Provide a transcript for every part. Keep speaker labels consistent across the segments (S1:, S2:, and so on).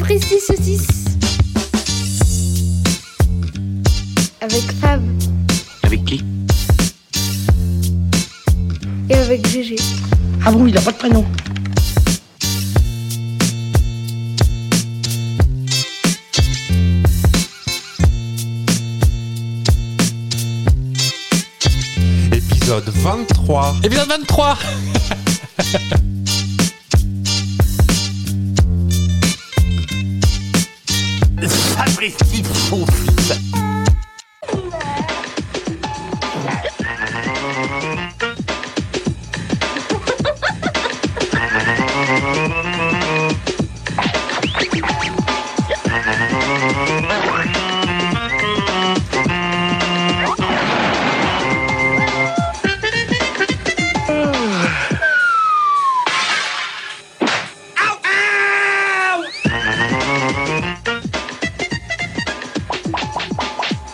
S1: Précis Saucisse. Avec Fab
S2: Avec qui
S1: et avec Gégé.
S3: Ah bon, il a pas de prénom.
S4: Épisode 23.
S5: Épisode 23
S2: Sapristi fils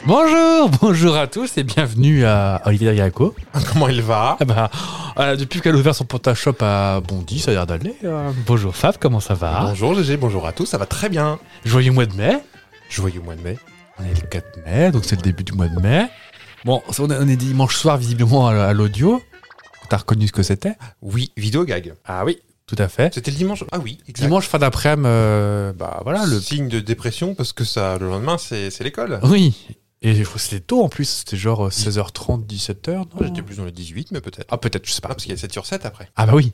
S5: Bonjour, bonjour à tous et bienvenue à Olivier Dariaco.
S4: Comment il va
S5: Ah bah, euh, depuis qu'elle a ouvert son pantachope à Bondy, ça a l'air d'aller. euh. Bonjour Fab, comment ça va
S4: Bonjour GG, bonjour à tous, ça va très bien.
S5: Joyeux mois de mai.
S4: Joyeux mois de mai.
S5: On est le 4 mai, donc c'est le début du mois de mai. Bon, on est, on est dimanche soir visiblement à à l'audio. T'as reconnu ce que c'était
S4: Oui, vidéo gag.
S5: Ah oui, tout à fait.
S4: C'était le dimanche Ah oui, exact.
S5: Dimanche fin d'après-midi, euh, bah voilà le.
S4: signe de dépression parce que ça le lendemain c'est c'est l'école.
S5: Oui. Et je crois que c'était tôt en plus, c'était genre euh, 16h30, 17h. non
S4: Moi, Ah, J'étais plus dans les 18 mais peut-être.
S5: Ah peut-être, je sais
S4: Ah,
S5: pas.
S4: parce qu'il y a 7 sur 7 après.
S5: Ah bah oui.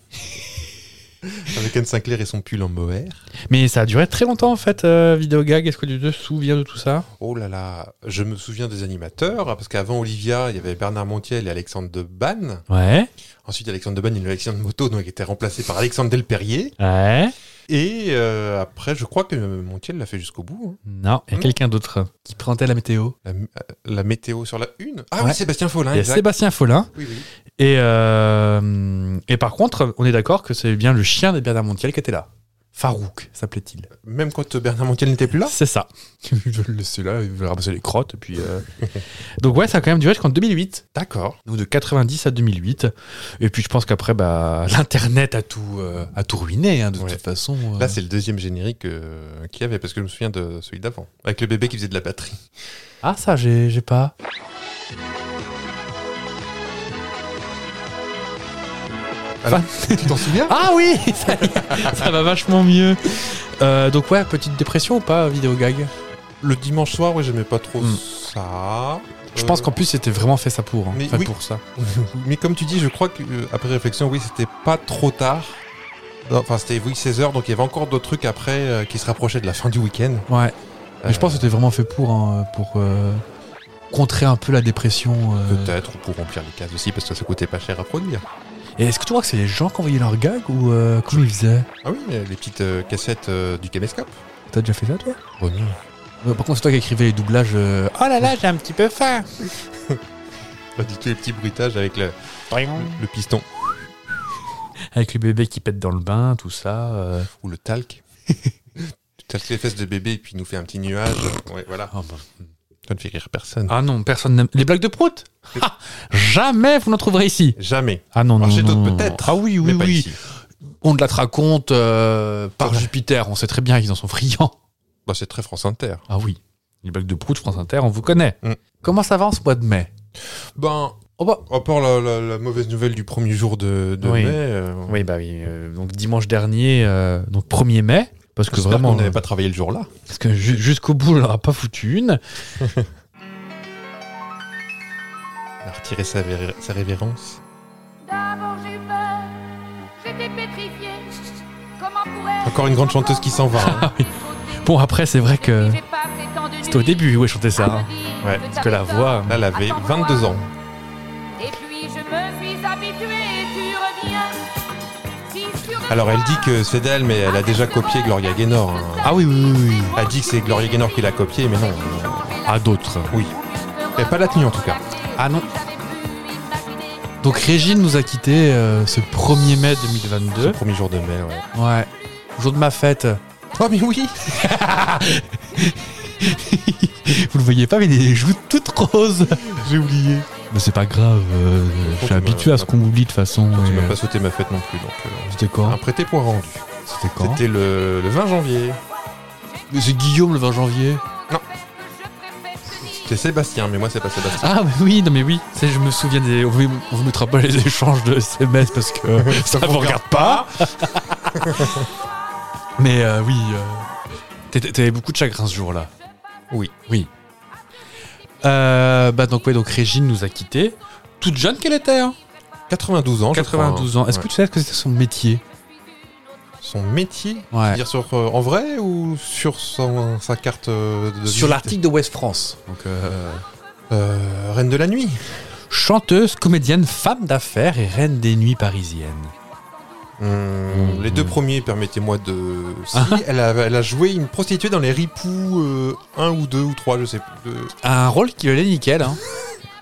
S4: Avec Anne Sinclair et son pull en mohair.
S5: Mais ça a duré très longtemps en fait, euh, Vidéogag. Est-ce que tu te souviens de tout ça
S4: Oh là là, je me souviens des animateurs hein, parce qu'avant Olivia, il y avait Bernard Montiel et Alexandre Debanne.
S5: Ouais.
S4: Ensuite Alexandre Debanne, il y a eu Alexandre Moto donc il était remplacé par Alexandre Delperrier
S5: Ouais.
S4: et euh, après je crois que Montiel l'a fait jusqu'au bout. hein.
S5: Non, il y a
S4: Hmm.
S5: quelqu'un d'autre qui présentait la météo.
S4: La, euh, la météo sur la une Ah
S5: Ouais.
S4: oui, Sébastien Follin,
S5: Il y a
S4: exact.
S5: Sébastien Follin.
S4: Oui, oui.
S5: Et, euh, et par contre, on est d'accord que c'est bien le chien de Bernard Montiel qui était là. Farouk s'appelait-il.
S4: Même quand euh, Bernard Montiel n'était plus là
S5: C'est ça. Il veut le laisser Ah. là, il veut ramasser les crottes. et puis euh, Donc ouais, ça a quand même duré jusqu'en 2008.
S4: D'accord.
S5: Donc de 90 à 2008. Et puis je pense qu'après, bah, l'Internet a tout, euh, a tout ruiné hein, de
S4: Ouais.
S5: toute façon. euh.
S4: Là, c'est le deuxième générique euh, qu'il y avait, parce que je me souviens de celui d'avant, avec le bébé qui faisait de la batterie.
S5: Ah ça, j'ai j'ai pas.
S4: Alors, tu t'en souviens
S5: Ah oui ça, y est, ça va vachement mieux. Euh, donc ouais, petite dépression ou pas, vidéo gag
S4: Le dimanche soir, ouais, j'aimais pas trop
S5: Hmm.
S4: ça.
S5: Je
S4: Euh,
S5: pense qu'en plus c'était vraiment fait ça pour. hein.
S4: Mais
S5: Enfin,
S4: oui.
S5: pour ça.
S4: Mais comme tu dis, je crois qu'après réflexion, oui, c'était pas trop tard. Non, Enfin, c'était oui, 16h, donc il y avait encore d'autres trucs après euh, qui se rapprochaient de la fin du week-end.
S5: Ouais. Mais je
S4: Euh,
S5: pense que c'était vraiment fait pour, hein, pour euh, contrer un peu la dépression. euh.
S4: Peut-être, pour remplir les cases aussi, parce que ça coûtait pas cher à produire.
S5: Et est-ce que tu crois que c'est les gens qui envoyaient leurs gags ou euh, comment ils faisaient
S4: Ah oui, les petites euh, cassettes euh, du caméscope.
S5: T'as déjà fait ça toi
S4: Bon, non.
S5: Euh, Par contre, c'est toi qui écrivais les doublages. euh, Oh là là, j'ai un petit peu faim
S4: Indiquer les petits bruitages avec le, le piston
S5: Avec le bébé qui pète dans le bain, tout ça. euh.
S4: ou le talc. tu talques les fesses de bébé et puis il nous fait un petit nuage. Ouais, voilà.
S5: Ah, bah.
S4: Ça ne fait rire personne.
S5: Ah non, personne n'aime. Les blagues de prout Ah, Jamais vous n'en trouverez ici
S4: Jamais.
S5: Ah non,
S4: Alors,
S5: non,
S4: chez
S5: non,
S4: d'autres
S5: non.
S4: peut-être.
S5: Ah oui, oui,
S4: mais pas
S5: oui.
S4: ici.
S5: On te la te raconte euh, par
S4: Ouais.
S5: Jupiter. On sait très bien qu'ils en sont friands.
S4: Bah, c'est très France Inter.
S5: Ah oui. Les blagues de prout, France Inter, on vous connaît.
S4: Mm.
S5: Comment ça va en ce mois de mai
S4: Ben,
S5: oh bah.
S4: à part la, la- la mauvaise nouvelle du premier jour de, de
S5: Oui.
S4: mai, euh,
S5: Oui, bah oui. euh, donc dimanche dernier, euh, donc 1er mai. Parce que
S4: j'espère
S5: vraiment, euh,
S4: qu'on n'avait pas travaillé le jour-là.
S5: parce que ju- jusqu'au bout, on leur a pas foutu une.
S4: Elle a retiré sa, vé- sa révérence.
S6: D'abord j'ai peur, j'étais pétrifié. Comment pourrais-je
S4: Encore une grande chanteuse qui s'en va, hein. euh,
S6: Ah oui.
S5: Bon, après, c'est vrai que
S6: Et puis, j'ai passé tant de
S5: c'était au
S6: nuits
S5: début où elle chantait ça.
S6: à
S5: hein.
S6: me dire
S4: Ouais,
S5: Parce que la
S6: t'avais
S5: voix. euh,
S6: tort.
S4: Là, elle avait 22 ans.
S6: Et puis je me suis habituée, tu reviens. Si sur le
S4: Alors, elle dit
S6: soir,
S4: que c'est d'elle, mais elle a déjà copié Gloria Gaynor. hein.
S5: Ah oui, oui, oui. oui.
S4: Elle dit que c'est Gloria Gaynor qui l'a copié, mais non.
S5: À d'autres.
S4: Oui. Et pas la tenue, en tout cas.
S5: Ah non. Donc Régine nous a quittés euh, ce 1er mai
S4: Ce
S5: 2022.
S4: premier jour de mai, ouais.
S5: Ouais. Jour de ma fête.
S4: Oh, mais oui
S5: Vous le voyez pas, mais il a les joues toutes roses.
S4: J'ai oublié.
S5: Mais c'est pas grave, euh, je suis
S4: tu
S5: habitué
S4: m'as-
S5: à ce qu'on oublie de toute façon.
S4: Tu
S5: et-
S4: m'as pas sauté ma fête non plus, donc. euh,
S5: C'était
S4: un
S5: quand
S4: prêté pour rendu.
S5: C'était quand
S4: C'était le, le 20 janvier.
S5: Mais c'est Guillaume le 20 janvier.
S4: Non. C'est Sébastien, mais moi c'est pas Sébastien.
S5: Ah mais oui, non mais oui. C'est, je me souviens des. On vous, on vous mettra pas les échanges de SMS parce que ça vous regarde pas. mais euh, oui, euh, t'étais- t'avais beaucoup de chagrin ce jour-là.
S4: Oui.
S5: Oui. Euh, bah donc ouais, donc Régine nous a quittés. Toute jeune qu'elle était, hein
S4: 92 ans, je crois, hein.
S5: 92 ans. Est-ce
S4: Ouais.
S5: que tu sais ce que c'était son métier
S4: Son métier
S5: Ouais.
S4: Dire sur euh, en vrai ou sur son- sa carte euh, de
S5: Sur
S4: visite
S5: l'article de West France. Donc, euh,
S4: Euh, Reine de la nuit.
S5: chanteuse, comédienne, femme d'affaires et reine des nuits parisiennes. Mmh.
S4: Hum, Les deux premiers, permettez-moi de. Si,
S5: Ah.
S4: elle, a, elle a joué une prostituée dans les ripoux 1 ou 2 ou 3, je sais plus. de-
S5: Un rôle qui allait nickel. Hein.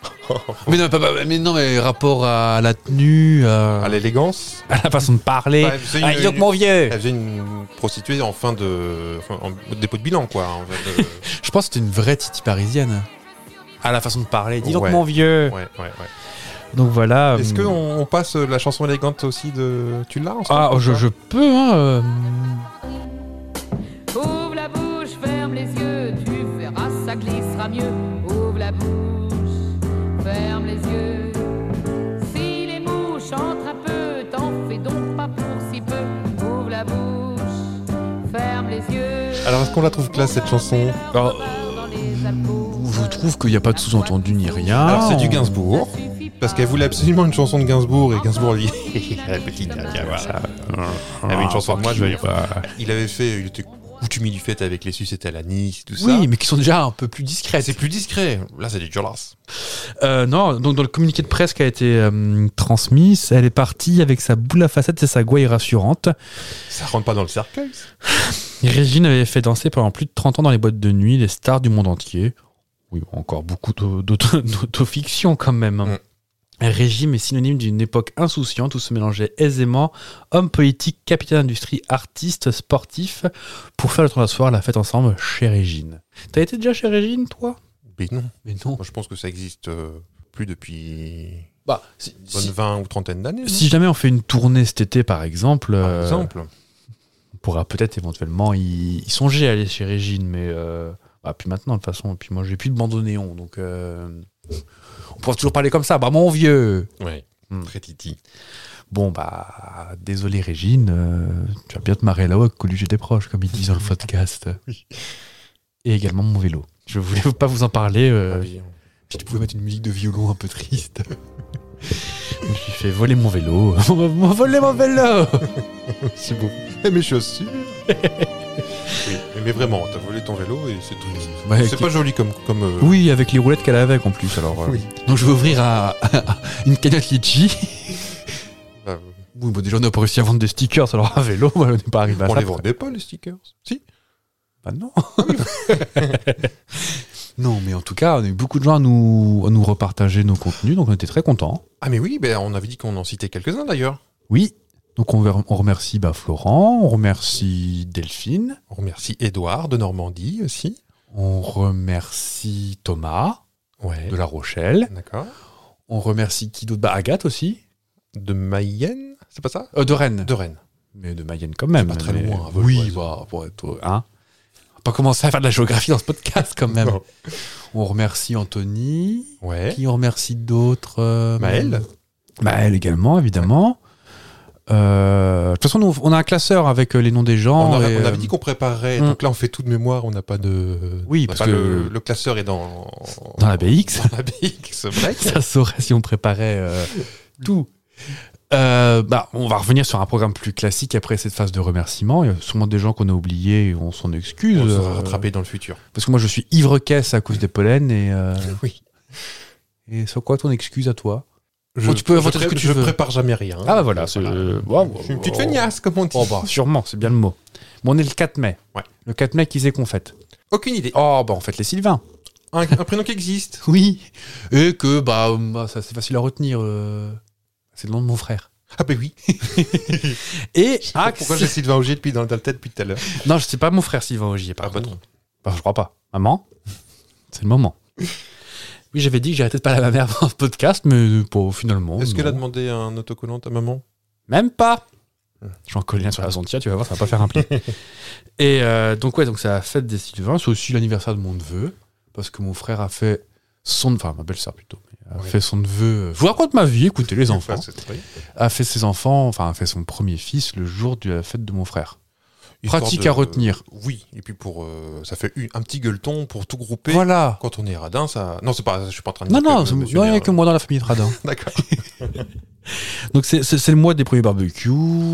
S5: mais, non, pas- pas- mais non, mais rapport à la tenue, euh,
S4: À l'élégance.
S5: à la façon de parler.
S4: Bah, c'est une-
S5: Ah, dis donc, mon vieux
S4: Elle faisait une prostituée en fin de. enfin, en- au dépôt de bilan, quoi. en fait, euh, de-
S5: Je pense que c'était une vraie titi parisienne. À la façon de parler. Dis donc,
S4: Ouais.
S5: mon vieux
S4: ouais, ouais, ouais.
S5: Donc voilà.
S4: Est-ce
S5: euh,
S4: qu'on on passe la chanson élégante aussi de. Tu l'as en ce
S5: Ah,
S4: moment,
S5: je,
S4: ou pas
S5: je peux, hein. euh,
S6: Ouvre la bouche, ferme les yeux, tu verras, ça glissera mieux. Ouvre la bouche, ferme les yeux. Si les mouches entrent un peu, t'en fais donc pas pour si peu. Ouvre la bouche, ferme les yeux.
S4: Alors, est-ce qu'on la trouve classe cette chanson
S5: alors, je trouve qu'il n'y a pas de sous-entendu ni rien.
S4: Alors, c'est du Gainsbourg. Ah. Parce qu'elle voulait absolument une chanson de Gainsbourg et Gainsbourg lui. La petite, hein, tiens, voilà.
S5: Ah,
S4: Elle avait une chanson de moi, je vais dire. Il avait fait, il était coutumier du fait avec les sucettes à la Nice, tout ça.
S5: Oui, mais qui sont déjà un peu plus discrètes.
S4: c'est plus discret. Là, c'est des Jolas.
S5: Euh, non, donc dans le communiqué de presse qui a été euh, transmis, elle est partie avec sa boule à facettes et sa gouaille rassurante.
S4: Ça rentre pas dans le cercueil. ça.
S5: Régine avait fait danser pendant plus de 30 ans dans les boîtes de nuit les stars du monde entier. Oui, bon, encore beaucoup d'au- d'auto- d'autofiction quand même.
S4: Mm.
S5: Régime est synonyme d'une époque insouciante où se mélangeaient aisément hommes politiques, capitaines d'industrie, artistes, sportifs pour faire le temps d'asseoir la fête ensemble chez Régine. T'as été déjà chez Régine, toi
S4: Mais Ben non.
S5: Mais non.
S4: Moi, je pense que ça existe euh, plus depuis
S5: Bah, si,
S4: une bonne
S5: si-
S4: vingt ou trentaine d'années. non
S5: si jamais on fait une tournée cet été, par exemple,
S4: Par
S5: euh,
S4: exemple.
S5: on pourra peut-être éventuellement y, y songer à aller chez Régine, mais euh, bah, puis maintenant de toute façon, et puis moi j'ai plus de bandeau néon, donc euh, on pourra toujours parler comme ça, bah mon vieux.
S4: Ouais.
S5: Hmm.
S4: Très titi.
S5: Bon bah désolé Régine, euh, tu vas bien te marrer là-haut avec Coluche et tes proches, comme ils disent dans le podcast. Et également mon vélo. Je voulais pas vous en parler.
S4: Ah,
S5: euh, si tu pouvais mettre une musique de violon un peu triste. Je lui fais voler mon vélo. voler mon vélo
S4: C'est beau. Et mes chaussures. Oui, mais vraiment, t'as volé ton vélo et c'est triste.
S5: Ouais,
S4: c'est
S5: qui-
S4: pas joli comme. comme euh,
S5: Oui, avec les roulettes qu'elle avait avec en plus. Alors, euh.
S4: Oui.
S5: Donc je vais ouvrir un- une cagnotte Litchi.
S4: bah,
S5: Oui, bon, déjà on n'a pas réussi à vendre des stickers, alors un vélo, on n'est pas arrivé à
S4: on
S5: ça.
S4: les vendait pas, les stickers. Si.
S5: Bah non. non, mais en tout cas, on a eu beaucoup de gens à nous, à nous repartager nos contenus, donc on était très contents.
S4: Ah, mais oui, ben, on avait dit qu'on en citait quelques-uns d'ailleurs.
S5: Oui. Donc on, ver- on remercie bah, Florent, on remercie Delphine,
S4: On remercie Édouard de Normandie aussi.
S5: on remercie Thomas
S4: Ouais.
S5: de La Rochelle,
S4: D'accord.
S5: on remercie qui d'autre Bah, Agathe aussi,
S4: De Mayenne, c'est pas ça
S5: Euh, de Rennes.
S4: De Rennes.
S5: Mais de Mayenne quand même.
S4: C'est pas très
S5: mais-
S4: loin, à vol
S5: Oui,
S4: d'oiseau.
S5: bah, pour être- hein. On va pas commencer à faire de la géographie dans ce podcast quand même.
S4: Non.
S5: On remercie Anthony.
S4: Ouais.
S5: Qui on remercie d'autres euh,
S4: Maël
S5: Maël également, évidemment. Euh, De toute façon, nous, on a un classeur avec euh, les noms des gens.
S4: on, a-
S5: et,
S4: on avait
S5: euh,
S4: dit qu'on préparait,
S5: hum.
S4: donc là on fait tout de mémoire, on n'a pas de.
S5: Oui,
S4: on n'a
S5: parce
S4: pas
S5: que-
S4: le, le classeur est dans.
S5: Dans la BX.
S4: la BX, break.
S5: Ça saurait si on préparait euh, tout. Euh, bah, on va revenir sur un programme plus classique après cette phase de remerciement. Il y a sûrement des gens qu'on a oubliés et on s'en excuse.
S4: On sera
S5: Euh,
S4: rattrapé dans le futur.
S5: Parce que moi, je suis ivre caisse à cause des pollens et. euh,
S4: Oui.
S5: et c'est quoi ton excuse à toi
S4: Je,
S5: Oh, tu peux
S4: je
S5: inventer ce
S4: pré-
S5: que tu
S4: je
S5: veux.
S4: prépare jamais rien.
S5: Ah bah voilà, c'est.
S4: Voilà.
S5: Waouh.
S4: Je suis une petite feignasse, comme on dit.
S5: Oh bah sûrement, c'est bien le mot. Bon, on est le 4 mai.
S4: Ouais.
S5: Le 4 mai, qui c'est qu'on fête
S4: Aucune idée.
S5: Oh bah on fête les Sylvains.
S4: Un, un prénom qui existe.
S5: Oui. Et que bah, euh, bah, ça c'est facile à retenir. euh, C'est le nom de mon frère.
S4: Ah bah oui.
S5: Et
S4: Ah, pourquoi j'ai
S5: Axel-
S4: Sylvain Augier depuis dans le tête depuis tout à l'heure
S5: non, je sais pas mon frère Sylvain Augier. Par
S4: Ah, bah
S5: contre.
S4: non.
S5: Bah, je crois pas. Maman, c'est le moment. Oui, j'avais dit que j'arrêtais de parler à ma mère dans le podcast, mais euh, bon, finalement.
S4: Est-ce qu'elle a
S5: non.
S4: demandé un autocollant à maman
S5: Même pas. J'en connais un sur la Zontia, tu vas voir, ça va pas faire un pli. et euh, donc, ouais, donc c'est la fête des Sylvains. C'est aussi l'anniversaire de mon neveu, parce que mon frère a fait son. Enfin, ma belle-sœur plutôt, mais a
S4: Ouais.
S5: fait son neveu. euh, Je vous raconte ma vie, écoutez les enfants.
S4: Ouais, Ah, c'est très-
S5: A fait ses enfants, enfin, a fait son premier fils le jour de la fête de mon frère.
S4: Histoire
S5: Pratique
S4: de-
S5: à retenir.
S4: Oui, et puis pour euh, ça fait une- un petit gueuleton pour tout grouper.
S5: Voilà!
S4: Quand on est radin, ça. Non, c'est pas. Je suis pas en train de.
S5: Non,
S4: dire
S5: non,
S4: que
S5: c'est- non,
S4: monsieur
S5: il n'y a
S4: Maire-
S5: que moi dans la famille de Radin.
S4: D'accord.
S5: Donc c'est- c'est c'est le mois des premiers barbecues,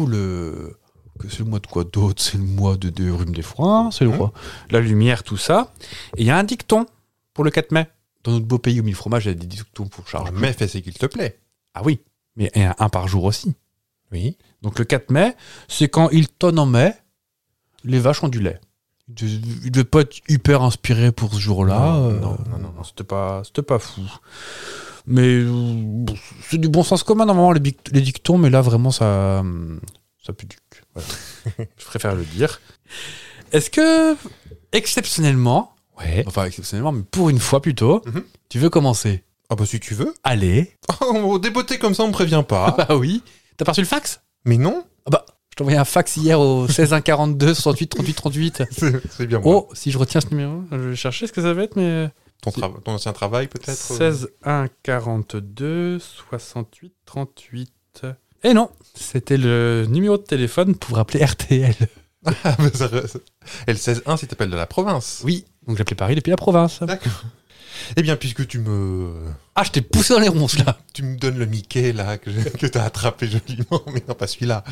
S5: le... que c'est le mois de quoi d'autre C'est le mois de, des rhumes des foins, c'est le
S4: Mhm.
S5: mois. La lumière, tout ça. Et il y a un dicton pour le 4 mai. Dans notre beau pays où mille fromages, il y a des dictons pour charge.
S4: Alors, mais fais ce qu'il te plaît.
S5: Ah oui, mais il y en a un par jour aussi.
S4: Oui.
S5: Donc le 4 mai, c'est quand il tonne en mai, les vaches ont du lait. Il ne devait pas être hyper inspiré pour ce jour-là.
S4: Non,
S5: euh,
S4: non, non, non, non.
S5: c'était pas, c'était pas fou. Mais euh, bon, c'est du bon sens commun normalement les, bic- les dictons, mais là vraiment ça, hum, ça pue du cul. Voilà. Je préfère le dire. Est-ce que exceptionnellement,
S4: Ouais.
S5: enfin exceptionnellement, mais pour une fois plutôt,
S4: Mhm.
S5: tu veux commencer
S4: Ah bah si tu veux.
S5: Allez.
S4: Oh, déboté comme ça, on me prévient pas.
S5: Bah oui. T'as pas reçu le fax
S4: mais non.
S5: Je t'ai envoyé un fax hier au 16 1 42 68 38 38.
S4: C'est c'est bien moi.
S5: Oh, si je retiens ce numéro, je vais chercher ce que ça va être, mais. euh,
S4: Ton, tra- ton ancien travail peut-être. euh,
S5: 16 1 42 68 38. Et Eh non, c'était le numéro de téléphone pour appeler RTL.
S4: Ah, bah, ça- Et le 16-1, si t'appelles de la province.
S5: Oui, donc j'appelais Paris depuis la province.
S4: D'accord. Eh bien, puisque tu me,
S5: Ah, je t'ai poussé dans les ronces là.
S4: tu me donnes le Mickey là que, je- que t'as attrapé joliment, mais non pas celui-là.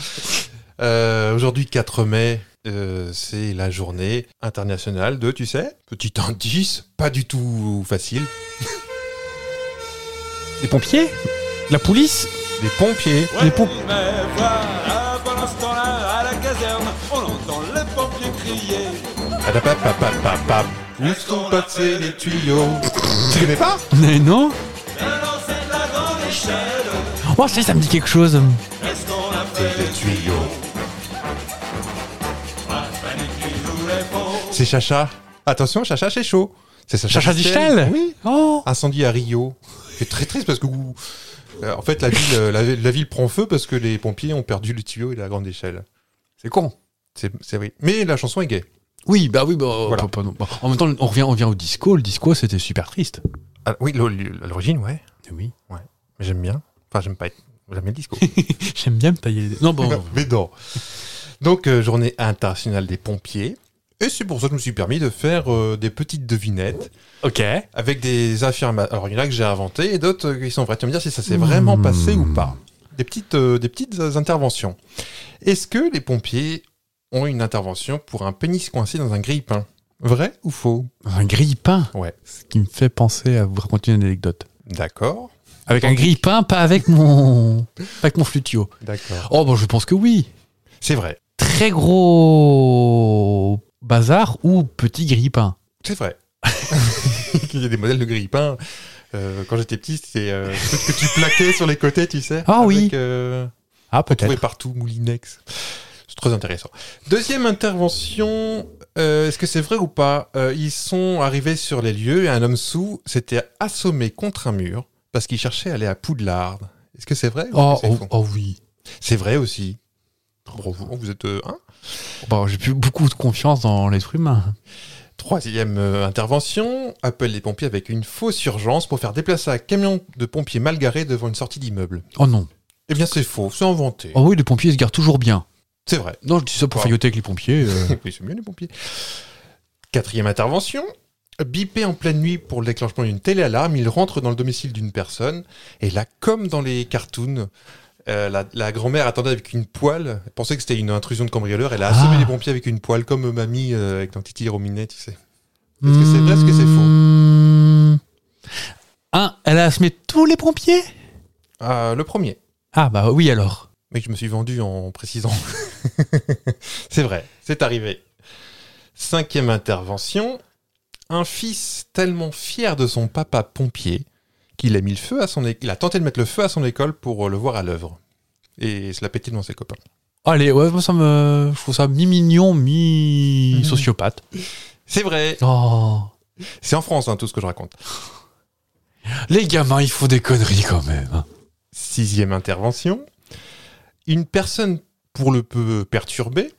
S4: Euh, Aujourd'hui 4 mai, euh, c'est la journée internationale de, tu sais, petit indice, pas du tout facile,
S5: Les pompiers La police
S4: des pompiers.
S5: Les pompiers.
S7: Mais voilà, pendant ce temps-là, à la caserne, on entend les pompiers crier.
S4: Adapapapapapap. Où sont passés les tuyaux Tu connais pas
S5: Mais non
S7: Alors c'est de la grande échelle,
S5: Oh, ça, ça me dit quelque chose.
S7: qu'est-ce qu'on a fait
S4: Les tuyaux.
S7: Ah, panique qui joue les pauvres.
S4: C'est Chacha. Attention, Chacha, c'est chaud. C'est
S5: Chacha Distel
S4: Oui.
S5: Oh
S4: Incendie à Rio. C'est très triste parce que ouh, euh, en fait la ville, euh, la, la ville prend feu parce que les pompiers ont perdu le tuyau et la grande échelle.
S5: C'est con.
S4: C'est c'est vrai. Mais la chanson est gay.
S5: Oui, bah oui, bah.
S4: Voilà.
S5: pas- pas non. Bon, En même temps, on revient, on revient au disco. Le disco, c'était super triste.
S4: Ah, oui, l'o- l'origine, ouais.
S5: Oui.
S4: Mais J'aime bien. Enfin, j'aime pas. être- J'aime bien le disco.
S5: J'aime bien me tailler les. Non, bon.
S4: Mais non. Donc euh, journée internationale des pompiers. Et c'est pour ça que je me suis permis de faire euh, des petites devinettes.
S5: ok.
S4: avec des affirmations. Alors, il y en a que j'ai inventées et d'autres euh, qui sont vraies. Tu vas me dire si ça s'est vraiment
S5: Mmh.
S4: passé ou pas. Des petites, euh, des petites euh, interventions. Est-ce que les pompiers ont une intervention pour un pénis coincé dans un grille-pain Vrai ou faux
S5: Un grille-pain
S4: Ouais.
S5: Ce qui me fait penser à vous raconter une anecdote.
S4: D'accord.
S5: Avec un grille-pain, pas avec mon. pas avec mon flutio.
S4: D'accord.
S5: Oh, bon, je pense que oui.
S4: C'est vrai.
S5: Très gros bazar ou petit grille-pain
S4: C'est vrai. il y a des modèles de grille-pain. Euh, quand j'étais petit, c'était euh, le truc que tu plaquais sur les côtés, tu sais.
S5: Ah oui.
S4: euh,
S5: Ah,
S4: Trouvé
S5: peut-être.
S4: partout, Moulinex. C'est très intéressant. Deuxième intervention, euh, est-ce que c'est vrai ou pas Euh, Ils sont arrivés sur les lieux et un homme sous s'était assommé contre un mur parce qu'il cherchait à aller à Poudlard. Est-ce que c'est vrai ou
S5: Oh,
S4: est-ce que c'est
S5: oh,
S4: faux
S5: oh oui.
S4: C'est vrai aussi. Bravo, vous êtes euh, un.
S5: Bon, Oh, bah, j'ai plus beaucoup de confiance dans l'être humain.
S4: Troisième euh, intervention, appelle les pompiers avec une fausse urgence pour faire déplacer un camion de pompiers mal garé devant une sortie d'immeuble.
S5: Oh non.
S4: Eh bien c'est faux, c'est inventé.
S5: Oh oui, les pompiers se garent toujours bien.
S4: C'est vrai.
S5: Non, je dis ça pour
S4: Wow.
S5: failloter avec les pompiers. euh.
S4: Oui, c'est mieux les pompiers. Quatrième intervention. Bipé en pleine nuit pour le déclenchement d'une téléalarme, il rentre dans le domicile d'une personne. Et là, comme dans les cartoons, euh, la, la grand-mère attendait avec une poêle. Elle pensait que c'était une intrusion de cambrioleur. Elle a assommé
S5: Ah.
S4: les pompiers avec une poêle, comme mamie euh, avec dans Titi Rominet, tu sais. Est-ce que c'est vrai, est-ce que c'est
S5: Hmm. Mmh.
S4: faux
S5: Un, elle a assommé tous les pompiers
S4: Ah, le premier.
S5: Ah, bah oui, alors.
S4: Mais je me suis vendu en précisant. c'est vrai, c'est arrivé. Cinquième intervention. Un fils tellement fier de son papa pompier qu'il a mis le feu à son é- il a tenté de mettre le feu à son école pour euh, le voir à l'œuvre et se l'a pété devant ses copains.
S5: Allez, ouais, moi ça me. Je trouve ça mi-mignon,
S4: Mhm.
S5: mi-sociopathe.
S4: C'est vrai,
S5: Oh.
S4: c'est en France hein, tout ce que je raconte.
S5: Les gamins, hein. ils font des conneries quand même.
S4: Sixième intervention. Une personne pour le peu perturbé,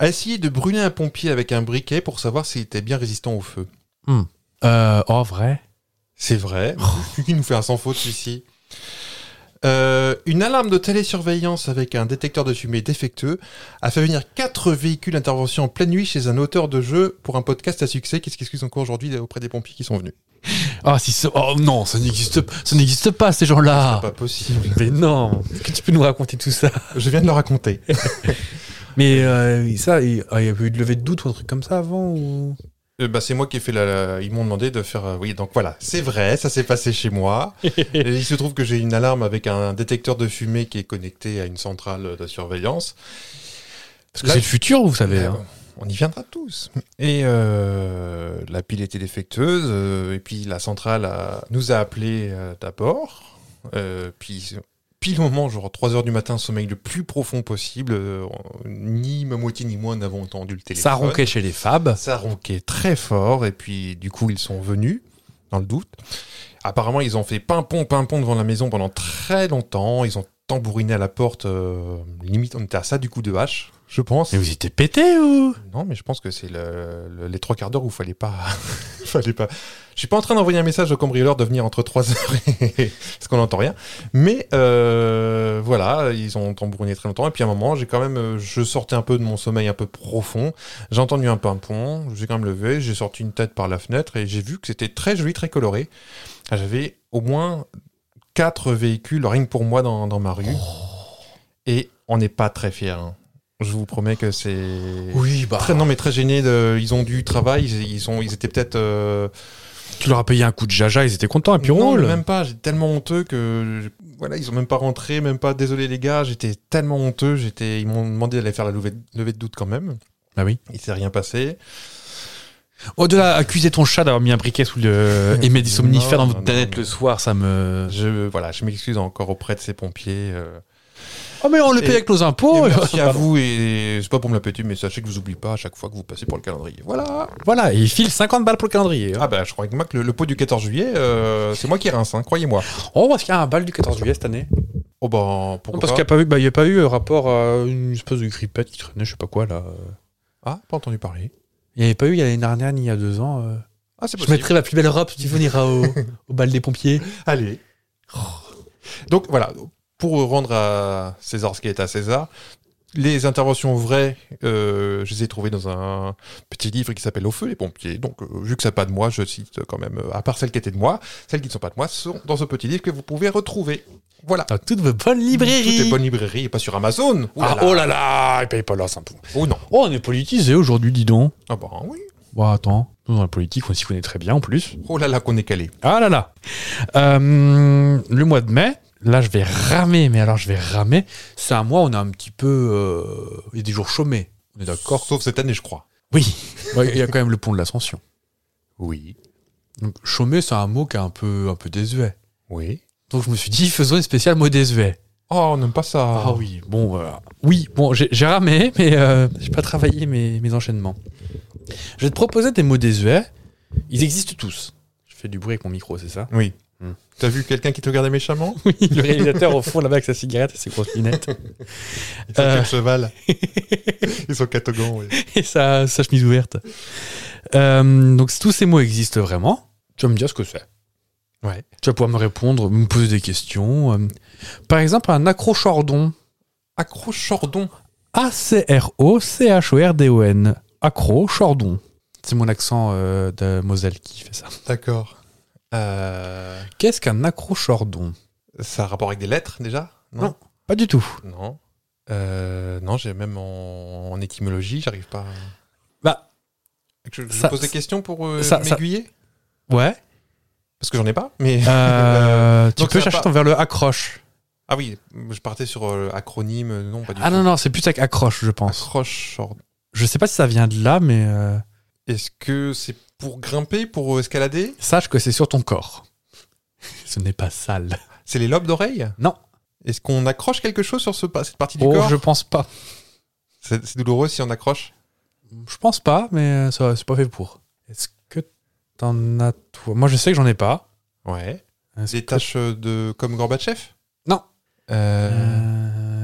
S4: a essayé de brûler un pompier avec un briquet pour savoir s'il était bien résistant au feu.
S5: Euh, en vrai
S4: C'est vrai. Il nous fait un sans faute, celui-ci. Euh, une alarme de télésurveillance avec un détecteur de fumée défectueux a fait venir quatre véhicules d'intervention en pleine nuit chez un auteur de jeu pour un podcast à succès. Qu'est-ce qu'ils sont encore aujourd'hui auprès des pompiers qui sont venus
S5: Ah, si ce- Oh non, ça n'existe ça n'existe pas, ces gens-là
S4: Pas possible.
S5: Mais non Est-ce que tu peux nous raconter tout ça
S4: Je viens de le raconter.
S5: Mais euh, ça, il ah, il y avait eu de levée de doute ou un truc comme ça avant ou...
S4: Euh, bah, c'est moi qui ai fait la, la- Ils m'ont demandé de faire. euh, Oui, donc voilà, c'est vrai, ça s'est passé chez moi. Et il se trouve que j'ai une alarme avec un détecteur de fumée qui est connecté à une centrale de surveillance.
S5: Parce que
S4: Là,
S5: c'est le futur, vous savez.
S4: Euh,
S5: hein.
S4: On y viendra tous. Et euh, la pile était défectueuse, euh, et puis la centrale a- nous a appelés euh, d'abord. Euh, puis, pile au moment, genre 3 heures du matin, sommeil le plus profond possible, euh, ni ma moitié ni moi n'avons entendu le téléphone.
S5: Ça ronquait chez les Fabs.
S4: Ça ronquait très fort, et puis du coup, ils sont venus, dans le doute. Apparemment, ils ont fait pimpon, pimpon devant la maison pendant très longtemps. Ils ont tambouriné à la porte, euh, limite, on était à ça du coup de hache, je pense.
S5: Mais vous étiez pété ou
S4: Non, mais je pense que c'est le- le- les trois quarts d'heure où il fallait pas. fallait pas. Je suis pas en train d'envoyer un message au cambrioleur de venir entre 3 heures et... parce qu'on n'entend rien. Mais euh, voilà, ils ont tambouriné très longtemps. Et puis à un moment, j'ai quand même, euh, je sortais un peu de mon sommeil un peu profond. J'ai entendu un pimpon. J'ai quand même levé. J'ai sorti une tête par la fenêtre et j'ai vu que c'était très joli, très coloré. Ah, J'avais au moins quatre véhicules rien que pour moi dans, dans ma rue. Et on n'est pas très fiers. hein. Je vous promets que c'est.
S5: Oui, bah.
S4: Très- non, mais très gênés. de- ils ont du travail. Ils, ils sont, ils étaient peut-être. euh,
S5: Tu leur as payé un coup de jaja, ils étaient contents, et Ah, puis
S4: non,
S5: roule.
S4: Même pas. J'étais tellement honteux que voilà, ils ont même pas rentré, même pas. Désolé les gars, j'étais tellement honteux. J'étais. Ils m'ont demandé d'aller faire la levée, levée de doute quand même.
S5: Ah oui.
S4: Il s'est rien passé.
S5: Au-delà, accuser ton chat d'avoir mis un briquet sous le. et mettre des somnifères
S4: Non,
S5: dans
S4: non,
S5: votre tête
S4: non.
S5: le soir, ça me.
S4: Je voilà, je m'excuse encore auprès de ces pompiers. euh.
S5: Oh, mais on le
S4: Et-
S5: paye avec nos impôts
S4: Et merci à
S5: Pardon.
S4: vous et c'est pas pour me la péter, mais sachez que je vous oublie pas à chaque fois que vous passez pour le calendrier. Voilà.
S5: Voilà, et il file 50 balles pour le calendrier. hein.
S4: Ah bah je crois que moi que le, le pot du 14 juillet, euh, c'est moi qui rince, hein, croyez-moi.
S5: Oh, parce qu'il y a un bal du 14 juillet cette année.
S4: Oh bah pourquoi
S5: Non, parce qu'il
S4: pas
S5: n'y a, pas eu- bah, il y a pas eu euh, rapport à une espèce de grippette qui traînait, je sais pas quoi, là.
S4: Ah, pas entendu parler.
S5: Il n'y avait pas eu il y a l'année dernière, ni il y a deux ans. euh.
S4: Ah c'est
S5: Je mettrai ma plus belle robe, tu veniras au, au bal des pompiers.
S4: Allez. Donc voilà, pour rendre à César ce qui est à César, les interventions vraies, euh, je les ai trouvées dans un petit livre qui s'appelle Au feu les pompiers. Donc euh, vu que ça n'a pas de moi, je cite quand même, euh, à part celles qui étaient de moi, celles qui ne sont pas de moi sont dans ce petit livre que vous pouvez retrouver. Voilà.
S5: Dans toutes vos bonnes librairies.
S4: Toutes les bonnes librairies et pas sur Amazon. Ouh là
S5: Ah,
S4: là.
S5: oh là là, ils payent pas leur impôts.
S4: Oh non.
S5: Oh, on est politisé aujourd'hui, dis donc.
S4: Ah bah oui.
S5: Bon, attends, nous dans la politique, on s'y connaît très bien en plus.
S4: Oh là là qu'on est calé.
S5: Ah là là. Euh, le mois de mai, là je vais ramer, mais alors je vais ramer. C'est un mois, on a un petit peu. euh, il y a des jours chômés. On est d'accord
S4: Sauf cette année, je crois.
S5: Oui. Ouais, Il y a quand même le pont de l'ascension.
S4: Oui.
S5: Donc, chômé, c'est un mot qui est un peu, un peu désuet.
S4: Oui.
S5: Donc je me suis dit, faisons une spéciale mot désuet.
S4: Oh, on n'aime pas ça.
S5: Ah oui, bon, voilà. Oui, bon, j'ai j'ai ramé, mais euh, j'ai pas travaillé mes, mes enchaînements. Je vais te proposer des mots désuets. Ils existent tous. Je fais du bruit avec mon micro, c'est ça
S4: Oui.
S5: Hmm.
S4: T'as vu quelqu'un qui te regardait méchamment
S5: Oui, le réalisateur au fond là-bas avec sa cigarette et ses grosses lunettes.
S4: Ils sont
S5: Euh.
S4: quel cheval Ils sont catogans, oui.
S5: et sa, sa chemise ouverte. Euh, donc tous ces mots existent vraiment. Tu vas me dire ce que c'est.
S4: Ouais.
S5: Tu vas pouvoir me répondre, me poser des questions. Euh, Par exemple, un accrochordon.
S4: Accrochordon.
S5: A-C-R-O-C-H-O-R-D-O-N. Accrochordon. C'est mon accent euh, de Moselle qui fait ça.
S4: D'accord. Euh,
S5: Qu'est-ce qu'un accrochordon
S4: ça a rapport avec des lettres déjà
S5: Non. Pas du tout.
S4: Non. Non. Euh, non, j'ai même en, en étymologie, j'arrive pas. à-
S5: Bah,
S4: Je, je
S5: Ça-
S4: pose des questions pour euh,
S5: ça- ça-
S4: m'aiguiller
S5: ouais.
S4: Parce que j'en ai pas, mais.
S5: Euh, tu
S4: Donc
S5: peux
S4: ça
S5: chercher
S4: va-
S5: ton vers le accroche.
S4: Ah oui, je partais sur euh, acronyme, euh, non, pas du
S5: Ah
S4: tout.
S5: non, non, c'est plus avec accroche, je pense.
S4: Accrochordon.
S5: Je sais pas si ça vient de là, mais euh,
S4: Est-ce que c'est pour grimper, pour euh, escalader
S5: sache que c'est sur ton corps. Ce n'est pas sale.
S4: C'est les lobes d'oreille
S5: Non.
S4: Est-ce qu'on accroche quelque chose sur ce, pa- cette partie du
S5: Oh,
S4: corps
S5: je pense pas.
S4: C'est c'est douloureux si on accroche
S5: Je pense pas, mais euh, ça, c'est pas fait pour. Est-ce que t'en as toi Moi, je sais que j'en ai pas.
S4: Ouais.
S5: Est-ce
S4: Des euh,
S5: que-
S4: tâches de... comme Gorbatchev
S5: Non.
S4: Euh,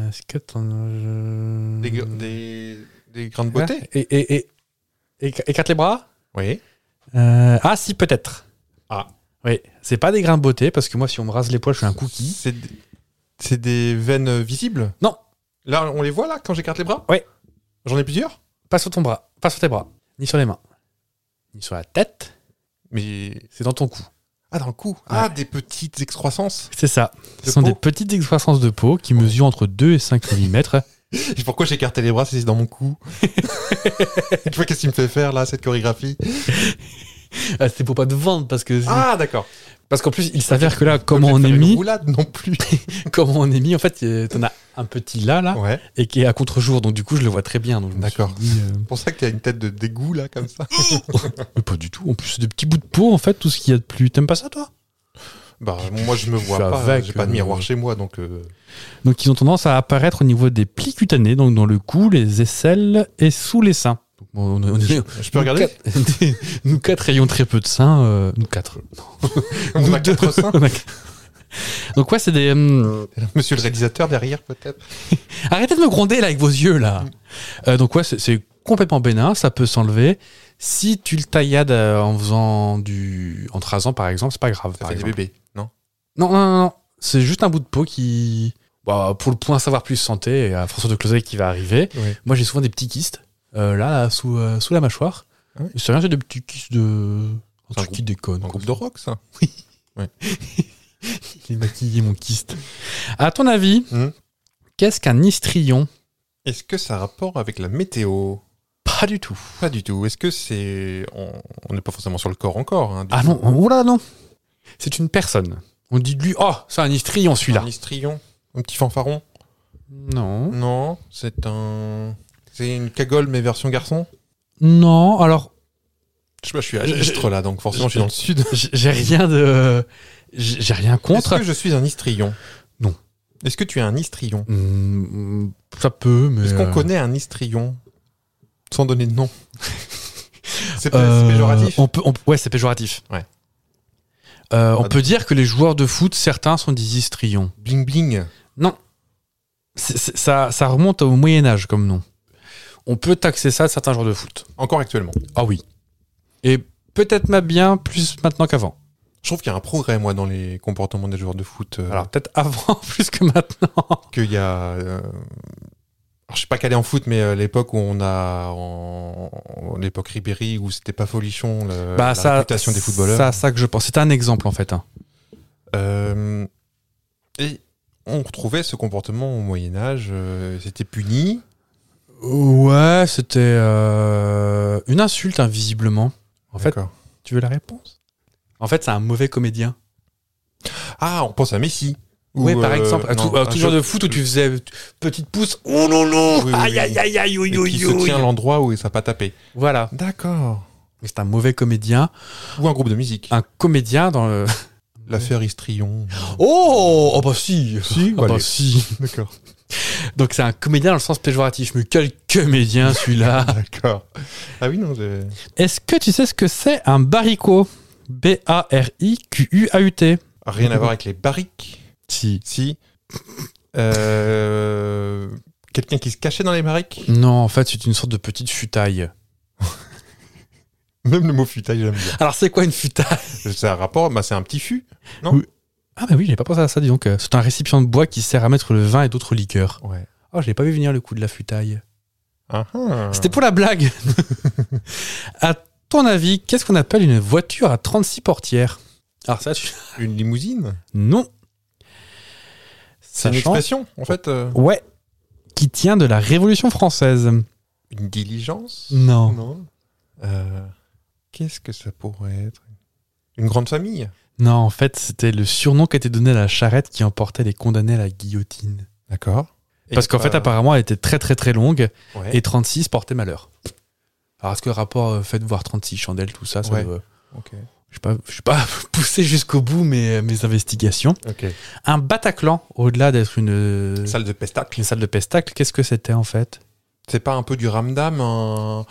S5: Euh, Est-ce que t'en as- je-
S4: Des, gr- des, des grandes
S5: Ouais.
S4: beautés
S5: Et, et, et, éc- écarte les bras
S4: Oui.
S5: Euh, Ah, si, peut-être.
S4: Ah.
S5: Oui, c'est pas des grains de beauté, parce que moi, si on me rase les poils, je suis un cookie.
S4: C'est d- c'est des veines euh, visibles
S5: Non.
S4: Là, on les voit, là, quand j'écarte les bras
S5: Ouais.
S4: J'en ai plusieurs
S5: Pas sur ton bras, pas sur tes bras, ni sur les mains, ni sur la tête,
S4: Mais.
S5: c'est dans ton cou.
S4: Ah, dans le cou Ah, des petites excroissances
S5: C'est ça. Ce
S4: De
S5: sont
S4: peau.
S5: des petites excroissances de peau qui mesurent entre 2 et 5 mm.
S4: Et Pourquoi j'écartais les bras si c'est dans mon cou Tu vois qu'est-ce qu'il me fait faire, là, cette chorégraphie
S5: Ah, C'était pour pas te vendre, parce que.
S4: Ah, d'accord
S5: Parce qu'en plus, il s'avère que là, comment on est
S4: J'ai fait une
S5: mis,
S4: roulade non plus
S5: comment on est mis, en fait, euh, t'en as un petit là, là,
S4: Ouais,
S5: et qui est à contre-jour, donc du coup, je le vois très bien. donc je me suis
S4: d'accord.
S5: dit, euh,
S4: C'est pour ça que t'as une tête de dégoût, là, comme ça.
S5: Mais pas du tout. En plus, c'est des petits bouts de peau, en fait, tout ce qu'il y a de plus. T'aimes pas ça, toi
S4: Bah, moi, je me
S5: tu
S4: vois
S5: fais
S4: pas.
S5: avec,
S4: J'ai pas de
S5: euh,
S4: miroir chez moi, donc. euh,
S5: Donc, ils ont tendance à apparaître au niveau des plis cutanés, donc dans le cou, les aisselles et sous les seins. Donc, on- on- on-
S4: Je peux regarder
S5: Nous quatre, nous quatre ayons très peu de seins. euh, nous quatre.
S4: On
S5: Nous
S4: a
S5: deux.
S4: quatre seins. Euh,
S5: On a quatre. Donc, ouais, c'est des. hum,
S4: Monsieur le réalisateur derrière, peut-être.
S5: Arrêtez de me gronder là avec vos yeux là.
S4: Mm.
S5: Euh, donc ouais, c'est- c'est complètement bénin, ça peut s'enlever. Si tu le taillades euh, en faisant du, en te rasant par exemple, c'est pas grave.
S4: Ça
S5: par
S4: fait des
S5: exemple.
S4: bébés, non
S5: Non non non, non. c'est juste un bout de peau qui, bah, pour le point savoir plus santé, et à François de Closet qui va arriver.
S4: Ouais.
S5: Moi j'ai souvent des petits kystes euh, là, là, sous euh, sous la mâchoire.
S4: Ah oui.
S5: C'est rien, c'est des petits kystes de. Un
S4: C'est un
S5: truc qui déconne.
S4: Un
S5: quoi.
S4: groupe de rock, ça
S5: J'ai maquillé mon kyste. À ton avis,
S4: Hmm.
S5: qu'est-ce qu'un histrion
S4: Est-ce que ça a rapport avec la météo
S5: Pas du tout.
S4: Pas du tout. Est-ce que c'est. On on n'est pas forcément sur le corps encore. Hein, du
S5: Ah
S4: tout.
S5: non, oh là non C'est une personne. On dit de lui, oh, c'est un histrion celui-là.
S4: Un histrion Un petit fanfaron
S5: Non.
S4: Non, c'est un. C'est une cagole, mais version garçon
S5: Non, alors,
S4: Je sais pas, je suis à
S5: Je- je-
S4: Istres là, donc forcément je suis dans le sud.
S5: j- j'ai rien de. J'ai j'ai rien
S4: Est-ce
S5: contre.
S4: que je suis un histrion
S5: Non.
S4: Est-ce que tu es un histrion
S5: Hmm, ça peut, mais.
S4: Est-ce qu'on
S5: euh,
S4: connaît un histrion Sans donner de nom C'est pas
S5: euh,
S4: c'est péjoratif
S5: on peut, on peut- ouais, c'est péjoratif.
S4: Ouais.
S5: Euh, on
S4: Ah,
S5: peut dire que les joueurs de foot, certains sont des histrions.
S4: Bling bling
S5: C'est- c'est- ça, ça remonte au Moyen-Âge comme nom. On peut taxer ça à certains joueurs de foot.
S4: Encore actuellement.
S5: Ah oui. Et peut-être même bien plus maintenant qu'avant.
S4: Je trouve qu'il y a un progrès, moi, dans les comportements des joueurs de foot. euh,
S5: Alors peut-être avant plus que maintenant.
S4: qu'il y a. euh, alors, je suis pas calé en foot, mais euh, l'époque où on a. en- en- L'époque Ribéry, où c'était pas folichon,
S5: euh,
S4: le- la réputation des footballeurs.
S5: C'est à Bah, ça que je pense. C'est un exemple en fait. hein.
S4: Euh, et on retrouvait ce comportement au Moyen-Âge. c'était puni.
S5: Ouais, c'était euh, une insulte hein, visiblement. En fait,
S4: D'accord.
S5: tu veux la réponse En fait, c'est un mauvais comédien.
S4: Ah, on pense à Messi.
S5: Oui,
S4: Ou,
S5: par
S4: euh,
S5: exemple, à
S4: non,
S5: tout, à
S4: un
S5: tout genre
S4: jeu-
S5: de foot où tu faisais t- petite pouce. Oh non non
S4: Oui, oui,
S5: Aïe aïe
S4: oui.
S5: aïe aïe
S4: et
S5: aïe
S4: qui
S5: aïe
S4: se tient à
S5: aïe.
S4: l'endroit où ça n'a pas tapé.
S5: Voilà.
S4: D'accord.
S5: Mais C'est un mauvais comédien.
S4: Ou un groupe de musique.
S5: Un comédien dans le.
S4: L'affaire Istrion.
S5: Oh Oh bah si
S4: Si,
S5: Ah bah
S4: allez.
S5: si
S4: D'accord.
S5: Donc c'est un comédien dans le sens péjoratif. Mais quel comédien celui-là
S4: D'accord. Ah oui, non, j'ai-
S5: Est-ce que tu sais ce que c'est un baricot B-A-R-I-Q-U-A-U-T.
S4: rien à voir avec les barriques.
S5: Si.
S4: Si. Euh, Quelqu'un qui se cachait dans les barriques
S5: Non, en fait, c'est une sorte de petite futaille.
S4: Même le mot futaille, j'aime bien.
S5: Alors, c'est quoi une futaille
S4: C'est un rapport, bah, c'est un petit fût. Non
S5: Oui. Ah, bah oui, j'avais pas pensé à ça, dis donc. C'est un récipient de bois qui sert à mettre le vin et d'autres liqueurs.
S4: Ouais.
S5: Oh, je l'ai pas vu venir le coup de la futaille.
S4: Ah, ah.
S5: C'était pour la blague À ton avis, qu'est-ce qu'on appelle une voiture à 36 portières Alors, ça, tu.
S4: Une limousine
S5: Non
S4: C'est une
S5: Sachant-
S4: expression, en fait. euh,
S5: Ouais. Qui tient de la Révolution française.
S4: Une diligence
S5: Non.
S4: Non. Euh, Qu'est-ce que ça pourrait être Une grande famille
S5: Non, en fait, c'était le surnom qui était donné à la charrette qui emportait les condamnés à la guillotine.
S4: D'accord. Et
S5: Parce qu'en fait,
S4: pas-
S5: apparemment, elle était très très très longue
S4: Ouais.
S5: et 36 portait malheur. Alors, est-ce que le rapport euh, fait de voir 36 chandelles, tout ça, ça
S4: Ouais.
S5: doit-
S4: Ok.
S5: Je ne suis pas poussé jusqu'au bout mes, mes investigations.
S4: Ok.
S5: Un Bataclan, au-delà d'être une, euh,
S4: Salle de pestacle.
S5: une salle de pestacle, qu'est-ce que c'était en fait
S4: C'est pas un peu du ramdam un-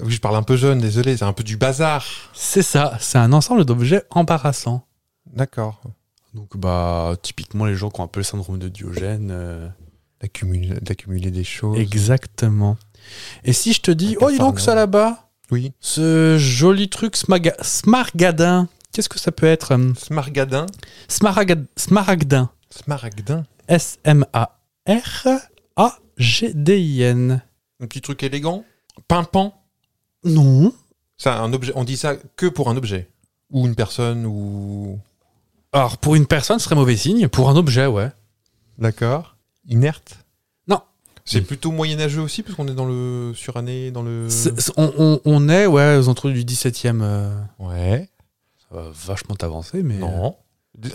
S4: Oui, je parle un peu jeune, désolé. C'est un peu du bazar.
S5: C'est ça, c'est un ensemble d'objets embarrassants.
S4: D'accord.
S5: Donc, bah, typiquement, les gens qui ont un peu le syndrome de Diogène, euh,
S4: D'accumuler d'accumuler des choses.
S5: Exactement. Et si je te dis,
S4: Un
S5: oh, dis donc
S4: cafarnaum.
S5: ça là-bas,
S4: Oui.
S5: ce joli truc smaga- smargadin, qu'est-ce que ça peut être hum,
S4: Smargadin.
S5: smaragad- Smaragdin.
S4: Smaragdin.
S5: S-M-A-R-A-G-D-I-N.
S4: Un petit truc élégant. Pimpant.
S5: Non.
S4: Ça, un objet. On dit ça que pour un objet. Ou une personne, ou.
S5: Alors, pour une personne, ce serait mauvais signe. Pour un objet, ouais.
S4: D'accord. Inerte.
S5: Non.
S4: C'est
S5: Oui.
S4: plutôt moyenâgeux aussi, parce qu'on est dans le suranné, dans le.
S5: C'est- c'est- on, on- on est, ouais, aux entours du 17e. euh,
S4: Ouais.
S5: ça va vachement avancé, mais. euh,
S4: Non.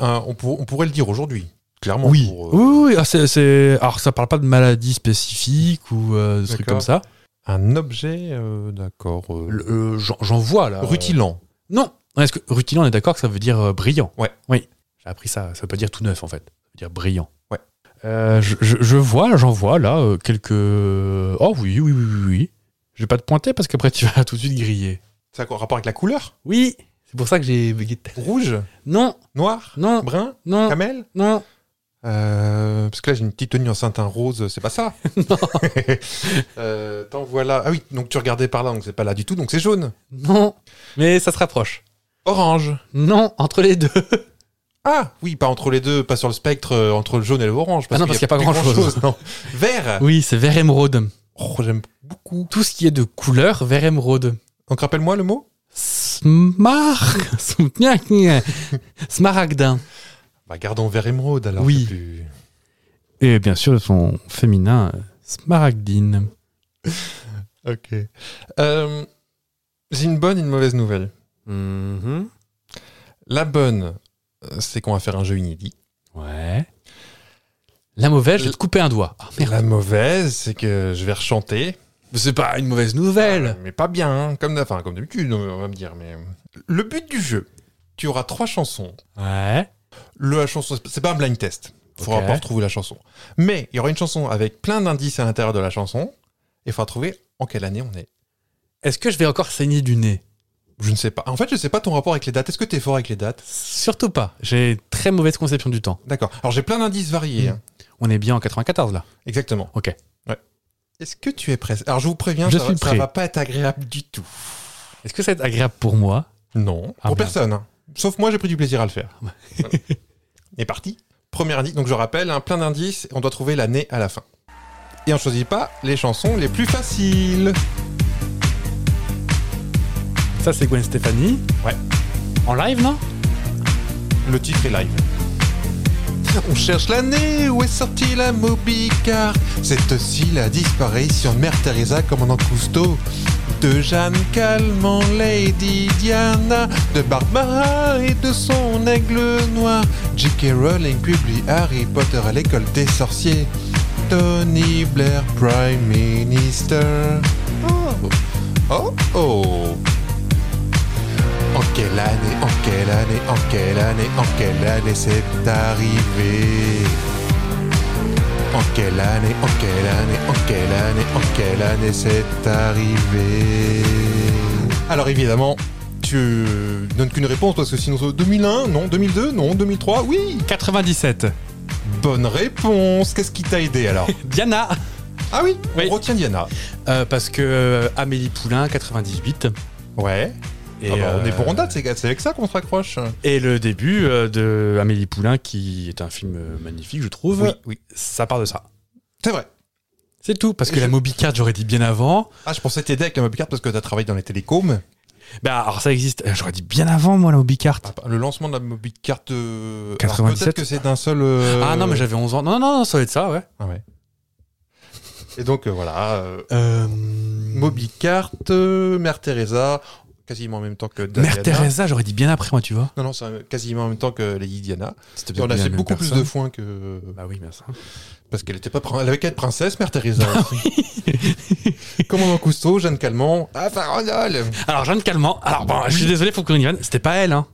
S4: Un- on, pour- on pourrait le dire aujourd'hui, clairement.
S5: Oui.
S4: pour, euh,
S5: oui, oui, oui. Ah, c'est- c'est- Alors, ça parle pas de maladie spécifique ou euh, de trucs
S4: D'accord.
S5: comme ça.
S4: Un objet, euh, d'accord. euh,
S5: Le- euh, J'en j'en vois, là.
S4: Rutilant.
S5: Non. Est-ce que rutilant, on est d'accord que ça veut dire euh, brillant
S4: Ouais.
S5: Oui. J'ai appris ça. Ça veut pas dire tout neuf, en fait. Ça veut dire brillant.
S4: Ouais.
S5: Euh, je, je- je vois, j'en vois, là, euh, quelques. Oh oui, oui, oui, oui, oui. Je vais pas te pointer parce qu'après, tu vas tout de suite griller.
S4: Ça a un rapport avec la couleur
S5: Oui. C'est pour ça que j'ai bugué tout à l'heure.
S4: Rouge
S5: Non,
S4: Noir
S5: non,
S4: Brun
S5: non,
S4: Camel
S5: non.
S4: Euh, Parce que là, j'ai une petite tenue en satin rose, c'est pas ça Euh, T'en voilà. Ah oui, donc tu regardais par là, donc c'est pas là du tout, donc c'est jaune.
S5: Non. Mais ça se rapproche.
S4: Orange
S5: Non, entre les deux.
S4: Ah oui, pas entre les deux, pas sur le spectre, euh, entre le jaune et l'orange.
S5: Ah non, parce qu'il y a pas
S4: plus
S5: grand-chose.
S4: non. Vert
S5: Oui, c'est vert émeraude.
S4: Oh, j'aime beaucoup.
S5: Tout ce qui est de couleur vert émeraude.
S4: Donc rappelle-moi le mot
S5: Smar... Smaragdin.
S4: Bah, gardons vert émeraude alors.
S5: Oui.
S4: c'est plus-
S5: Et bien sûr, son féminin, euh, Smaragdine.
S4: Ok. Euh, j'ai une bonne et une mauvaise nouvelle. Mm-hmm. La bonne, euh, c'est qu'on va faire un jeu inédit.
S5: Ouais. La mauvaise, je vais te couper un doigt. Ah, merde.
S4: La mauvaise, c'est que je vais rechanter.
S5: C'est pas une mauvaise
S4: Euh,
S5: nouvelle.
S4: Mais pas bien, hein, comme, d'hab- enfin, comme d'habitude, on va me dire. Mais euh, Le but du jeu, tu auras trois chansons.
S5: Ouais.
S4: Le, la chanson, c'est pas un blind test. Il faudra
S5: Ok.
S4: pas retrouver la chanson. Mais il y aura une chanson avec plein d'indices à l'intérieur de la chanson. Et il faudra trouver en quelle année on est.
S5: Est-ce que je vais encore saigner du nez
S4: Je ne sais pas. En fait, je ne sais pas ton rapport avec les dates. Est-ce que tu es fort avec les dates
S5: Surtout pas. J'ai très mauvaise conception du temps.
S4: D'accord. Alors j'ai plein d'indices variés.
S5: Mm.
S4: hein.
S5: On est bien en 94 là.
S4: Exactement.
S5: Ok.
S4: Ouais. Est-ce que tu es prêt Alors je vous préviens,
S5: Je
S4: ça,
S5: suis
S4: ça
S5: prêt.
S4: va pas être agréable du tout.
S5: Est-ce que ça va être agréable pour moi
S4: Non,
S5: Ah, merde.
S4: pour personne. hein. Sauf moi, j'ai pris du plaisir à le faire. Voilà. Et parti. Premier indice, donc je rappelle, hein, plein d'indices, on doit trouver l'année à la fin. Et on choisit pas les chansons les plus faciles.
S5: Ça, c'est Gwen Stefani.
S4: Ouais.
S5: En live, non
S4: Le titre est live. On cherche l'année où est sortie la Mobicar. C'est aussi la disparition de Mère Teresa, commandant Cousteau. De Jeanne Calment, Lady Diana, de Barbara et de son aigle noir. J.K. Rowling publie Harry Potter à l'école des sorciers. Tony Blair, Prime Minister. Oh oh, oh. En quelle année, en quelle année, en quelle année, en quelle année c'est arrivé En quelle année, en quelle année, en quelle année, en quelle année c'est arrivé Alors évidemment, tu donnes qu'une réponse parce que sinon 2001, non, 2002, non, 2003, oui
S5: 97.
S4: Bonne réponse Qu'est-ce qui t'a aidé alors
S5: Diana
S4: Ah oui,
S5: Oui.
S4: on retient Diana.
S5: Euh, Parce que euh, Amélie Poulain, 98.
S4: Ouais.
S5: Et,
S4: Ah bah, on est
S5: euh,
S4: pour en date, c'est c'est avec ça qu'on se raccroche.
S5: Et le début euh, de Amélie Poulain, qui est un film euh, magnifique, je trouve,
S4: oui.
S5: ça part de ça.
S4: C'est vrai.
S5: C'est tout, parce que
S4: Je-
S5: la Mobicard, j'aurais dit bien avant.
S4: Ah, je pensais t'aider avec la Mobicard parce que t'as travaillé dans les télécoms.
S5: Bah, alors ça existe, Euh, j'aurais dit bien avant, moi, la Mobicard.
S4: Ah, Le lancement de la Mobicard. euh, alors
S5: 97.
S4: Peut-être que c'est d'un seul. euh,
S5: Ah non, mais j'avais 11 ans. Non, non, non, ça va être ça, ouais.
S4: Ah ouais. Et donc euh, voilà, euh,
S5: Euh...
S4: Mobicard, euh, Mère Teresa, quasiment en même temps que Diana.
S5: Mère Teresa, j'aurais dit bien après, moi, tu vois.
S4: Non, non, c'est euh, quasiment en même temps que Lady Diana.
S5: C'était
S4: Et on
S5: bien
S4: a
S5: la
S4: fait
S5: même
S4: beaucoup plus de
S5: personne.
S4: foin que.
S5: Bah oui, bien sûr.
S4: Parce qu'elle était pas. prin- Elle avait qu'à être princesse, Mère Teresa.
S5: Ah,
S4: Commandant Cousteau, Jeanne Calment. Ah, Farandole
S5: Alors, Jeanne Calment, alors bon, je suis désolé, faut qu'on y vienne. C'était pas elle, hein.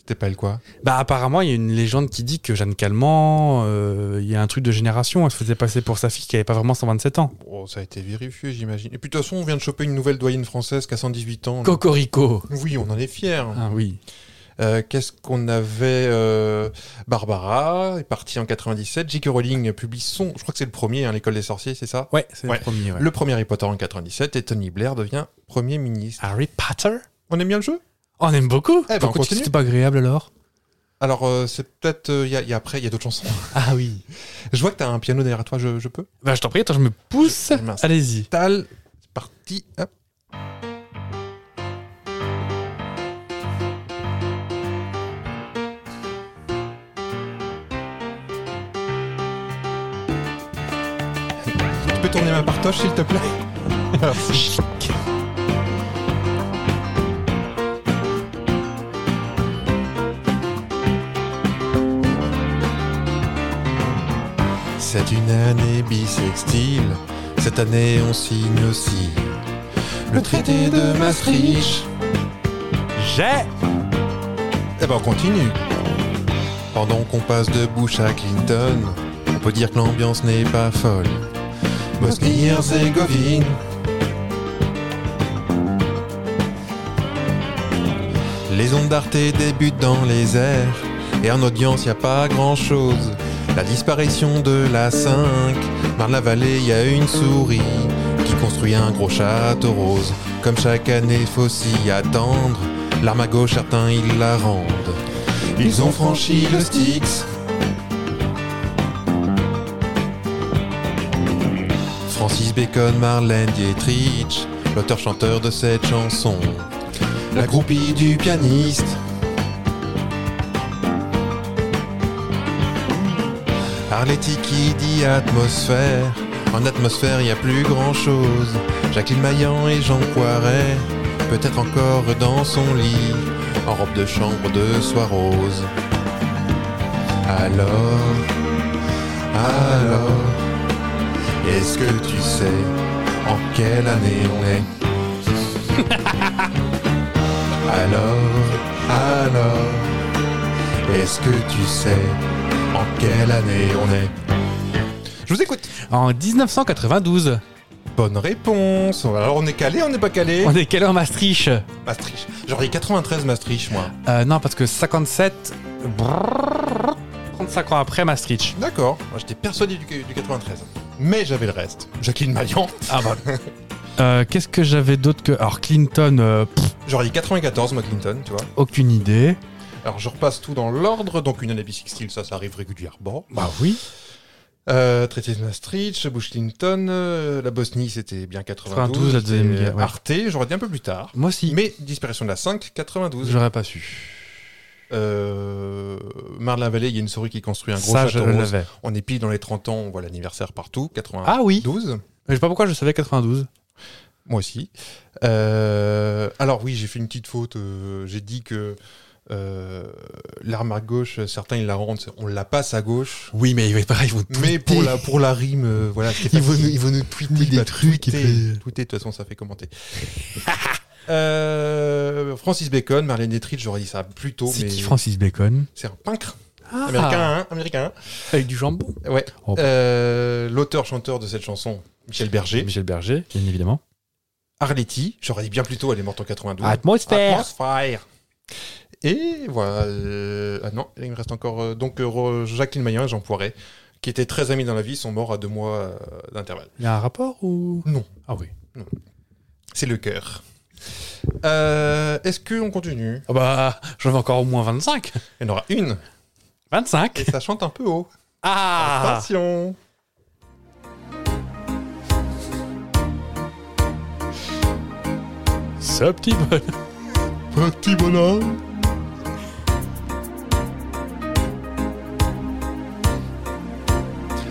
S4: C'était pas elle quoi
S5: Bah apparemment, il y a une légende qui dit que Jeanne Calment, euh, il y a un truc de génération, elle se faisait passer pour sa fille qui avait pas vraiment 127 ans.
S4: Bon, ça a été vérifié, j'imagine. Et puis de toute façon, on vient de choper une nouvelle doyenne française qui a 118 ans.
S5: Cocorico.
S4: Oui, on en est fiers.
S5: Ah oui.
S4: Euh, Qu'est-ce qu'on avait euh, Barbara est partie en 97. J.K. Rowling publie son, je crois que c'est le premier, hein, l'école des sorciers, c'est ça
S5: Ouais, c'est
S4: Ouais.
S5: le premier. ouais.
S4: Le premier Harry Potter en 97 et Tony Blair devient premier ministre.
S5: Harry Potter
S4: On aime bien le jeu
S5: Eh On aime beaucoup.
S4: ben, on
S5: Pourquoi tu dis
S4: continue.
S5: que c'était pas agréable alors
S4: Alors euh, c'est peut-être euh, il y, a- il y a après il y a d'autres chansons.
S5: Ah oui.
S4: Je vois que t'as un piano derrière toi, je, je peux.
S5: Bah, je t'en prie, attends, je me pousse.
S4: Je- mince.
S5: Allez-y.
S4: Tal, c'est parti. Hop. Tu peux tourner ma partoche s'il te plaît C'est une année bisextile. Cette année, on signe aussi le traité de Maastricht.
S5: J'ai
S4: Eh ben, on continue. Pendant qu'on passe de Bush à Clinton, on peut dire que l'ambiance n'est pas folle. Bosnie-Herzégovine. Les ondes d'Arte débutent dans les airs, et en audience, y a pas grand-chose. La disparition de la 5, Marne-la-Vallée, y a une souris qui construit un gros château rose. Comme chaque année, faut s'y attendre. L'arme à gauche, certains, ils la rendent. Ils ont franchi le Styx. Francis Bacon, Marlène Dietrich, l'auteur-chanteur de cette chanson. La groupie du pianiste. Arletty qui dit atmosphère. En atmosphère, y a plus grand chose. Jacqueline Maillan et Jean Poiret, peut-être encore dans son lit, en robe de chambre de soie rose. Alors, alors, est-ce que tu sais en quelle année on est Alors, alors, est-ce que tu sais en quelle année on est Je vous écoute.
S5: En 1992.
S4: Bonne réponse. Alors on est calé, on n'est pas calé
S5: On est quelle heure Maastricht
S4: Maastricht. J'aurais 93 Maastricht, moi.
S5: Euh, Non, parce que 57. brrr, 35 ans après Maastricht.
S4: D'accord. Moi, j'étais persuadé du, du 93. Mais j'avais le reste. Jacqueline Maillan.
S5: Ah bah. Euh, Qu'est-ce que j'avais d'autre que. Alors Clinton, euh, pff,
S4: J'aurais 94, moi, Clinton, tu vois.
S5: aucune idée.
S4: Alors, je repasse tout dans l'ordre. Donc, une année bisextile, ça, ça arrive régulièrement.
S5: Bah oui.
S4: Euh, traité de Maastricht, Bush Clinton, euh, la Bosnie, c'était bien 92.
S5: 92, la deuxième
S4: c'était
S5: guerre, ouais.
S4: Arte, j'aurais dit un peu plus tard.
S5: Moi aussi.
S4: Mais disparition de la 5, 92.
S5: J'aurais pas su.
S4: Euh, Marne-la-Vallée, il y a une souris qui construit un gros
S5: Ça, je
S4: château rose.
S5: l'avais.
S4: On est pile dans les 30 ans, on voit l'anniversaire partout. 92.
S5: Ah oui. Je sais pas pourquoi je savais 92.
S4: Moi aussi. Euh, alors oui, j'ai fait une petite faute. euh, j'ai dit que euh, l'arme à gauche, certains ils la rendent, on la passe à gauche.
S5: Oui, mais ouais, pareil, ils vont tout
S4: Mais pour
S5: tweeter.
S4: la, pour la rime, euh, voilà. c'est
S5: Ils vont
S4: facile.
S5: nous- ils vont nous tweeter
S4: Oui,
S5: des
S4: bah,
S5: trucs et
S4: tweeter,
S5: puis-
S4: tweeter, de toute façon, ça fait commenter. Euh, Francis Bacon, Marlène Dietrich, j'aurais dit ça plus tôt,
S5: C'est
S4: mais
S5: qui Francis Bacon
S4: c'est un peintre américain, hein, américain.
S5: Ah, Avec du jambon.
S4: Ouais.
S5: Oh.
S4: Euh, L'auteur-chanteur de cette chanson, Michel Berger.
S5: Michel Berger, bien évidemment.
S4: Arletty, j'aurais dit bien plus tôt, elle est morte en 92.
S5: Ah, Atmosphère.
S4: Atmosphère. Et voilà. euh, ah non, il me reste encore euh, donc euh, Ro- Jacqueline Maillan et Jean Poiret, qui étaient très amis dans la vie, sont morts à deux mois euh, d'intervalle.
S5: Ah, Il y a un rapport ou
S4: Non.
S5: Ah oui.
S4: C'est le cœur. Euh, Est-ce qu'on continue
S5: Ah bah, j'en veux encore au moins 25.
S4: Il y en aura une,
S5: 25
S4: et ça chante un peu haut.
S5: Ah
S4: Attention
S5: Ce petit bon.
S4: Petit bonhomme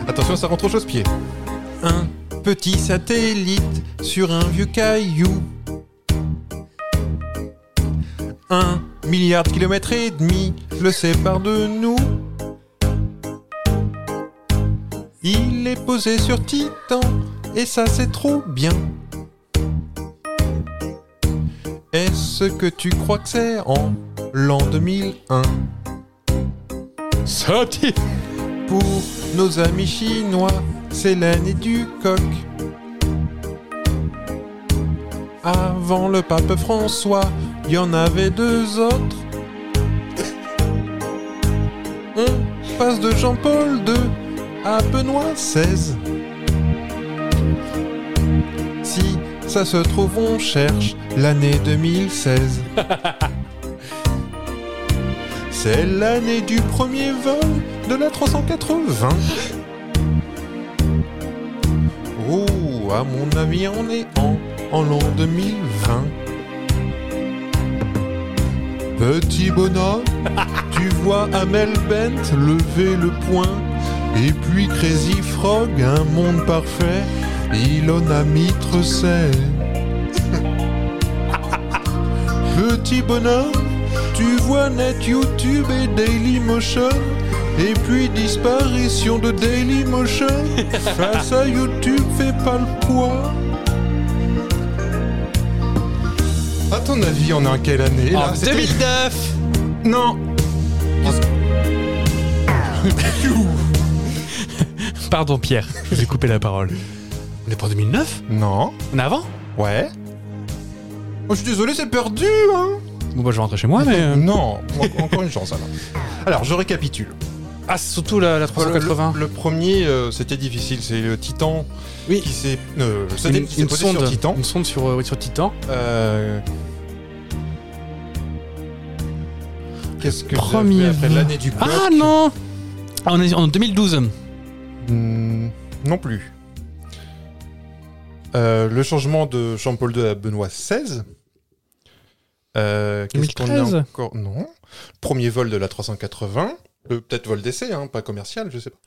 S4: Attention, ça rentre au chausse-pied. Un petit satellite sur un vieux caillou. Un milliard de kilomètres et demi le sépare de nous. Il est posé sur Titan et ça c'est trop bien. Est-ce que tu crois que c'est en l'an 2001
S5: Ce petit.
S4: Pour nos amis chinois, c'est l'année du coq. Avant le pape François, il y en avait deux autres. passe de Jean-Paul II à Benoît XVI. Si ça se trouve, on cherche l'année 2016. C'est l'année du premier vol de la 380. Oh, à mon avis, on est en, en l'an 2020. Petit bonhomme, tu vois Amel Bent lever le poing. Et puis Crazy Frog, un monde parfait. Ilona Mitre, c'est. Petit bonhomme, tu vois Net YouTube et Dailymotion. Et puis disparition de Dailymotion. Face à YouTube, fais pas le poids. À ton avis, on est en quelle année là
S5: En
S4: C'était-
S5: 2009
S4: Non
S5: Pardon Pierre, je vous ai coupé la parole. On est pour 2009
S4: Non
S5: On est avant
S4: Ouais Oh, je suis désolé, c'est perdu, hein
S5: Bon bah je vais rentrer chez moi mais... euh,
S4: Non, en- encore une chance, alors. Alors, je récapitule.
S5: Ah c'est surtout la, la
S4: Le,
S5: 380.
S4: le- le premier, euh, c'était difficile, c'est le Titan
S5: Oui.
S4: qui s'est... euh, le satellite qui s'est posé sur Titan.
S5: Une sonde sur, euh, oui, sur Titan.
S4: Euh, Qu'est-ce que
S5: Premier
S4: j'avais après
S5: vol.
S4: l'année du bloc
S5: Ah non Ah, On est en 2012.
S4: Hmm, Non plus. Euh, le changement de Jean-Paul II à Benoît XVI. Euh, qu'est-ce qu'on a
S5: 2013?
S4: encore Non. Premier vol de la 380. Euh, Peut-être vol d'essai, hein, pas commercial, je sais pas.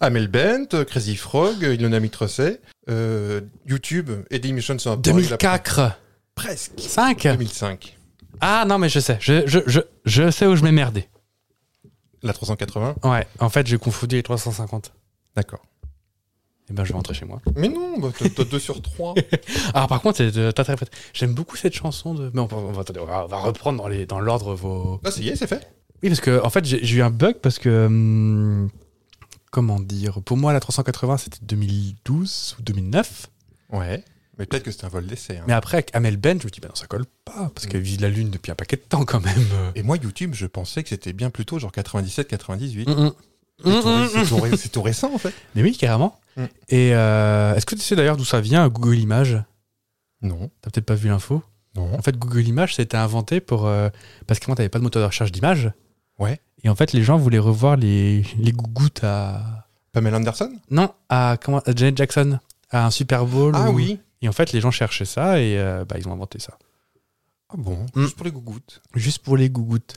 S4: Amel Bent, euh, Crazy Frog, euh, Ilona Mitrosset, euh, YouTube, Eddie Mission sur un port, il a pris-
S5: 2004.
S4: Presque.
S5: 5
S4: 2005.
S5: Ah non mais je sais, je, je, je, je sais où je m'ai merdé.
S4: La 380,
S5: Ouais, en fait j'ai confondu les 350.
S4: d'accord.
S5: Et ben je vais rentrer chez moi.
S4: Mais non, bah, t'as- t'as 2 sur 3.
S5: Ah par contre, c'est de- t'as très fait. J'aime beaucoup cette chanson de. Mais on, va- on va, attendez, on va- on va reprendre dans les- dans l'ordre vos,
S4: Là, Ah, ça y est, c'est fait.
S5: Oui, parce que en fait, j'ai j'ai eu un bug parce que. hum, comment dire Pour moi, la 380, c'était 2012 ou 2009.
S4: Ouais. Mais peut-être que c'est un vol d'essai. hein.
S5: Mais après, avec Amel Ben, je me dis, bah non, ça colle pas. Parce qu'elle vit la Lune depuis un paquet de temps, quand même.
S4: Et moi, YouTube, je pensais que c'était bien plus tôt, genre 97-98.
S5: Mm, mm.
S4: C'est tout,
S5: Mm, mm,
S4: c'est tout ré- c'est tout récent en fait.
S5: Mais oui, carrément.
S4: Mm.
S5: Et euh, est-ce que tu sais d'ailleurs d'où ça vient, Google Images
S4: Non,
S5: T'as peut-être pas vu l'info
S4: non.
S5: En fait, Google Images, c'était inventé pour. euh, parce qu'avant, t'avais pas de moteur de recherche d'images.
S4: Ouais.
S5: Et en fait, les gens voulaient revoir les, les gougouttes à.
S4: Pamela Anderson
S5: Non, à, comment, à Janet Jackson, à un Super Bowl. ou- Et en fait, les gens cherchaient ça et euh, bah, ils ont inventé ça.
S4: Ah bon
S5: Mm.
S4: Juste pour les gougouttes.
S5: Juste pour les gougouttes.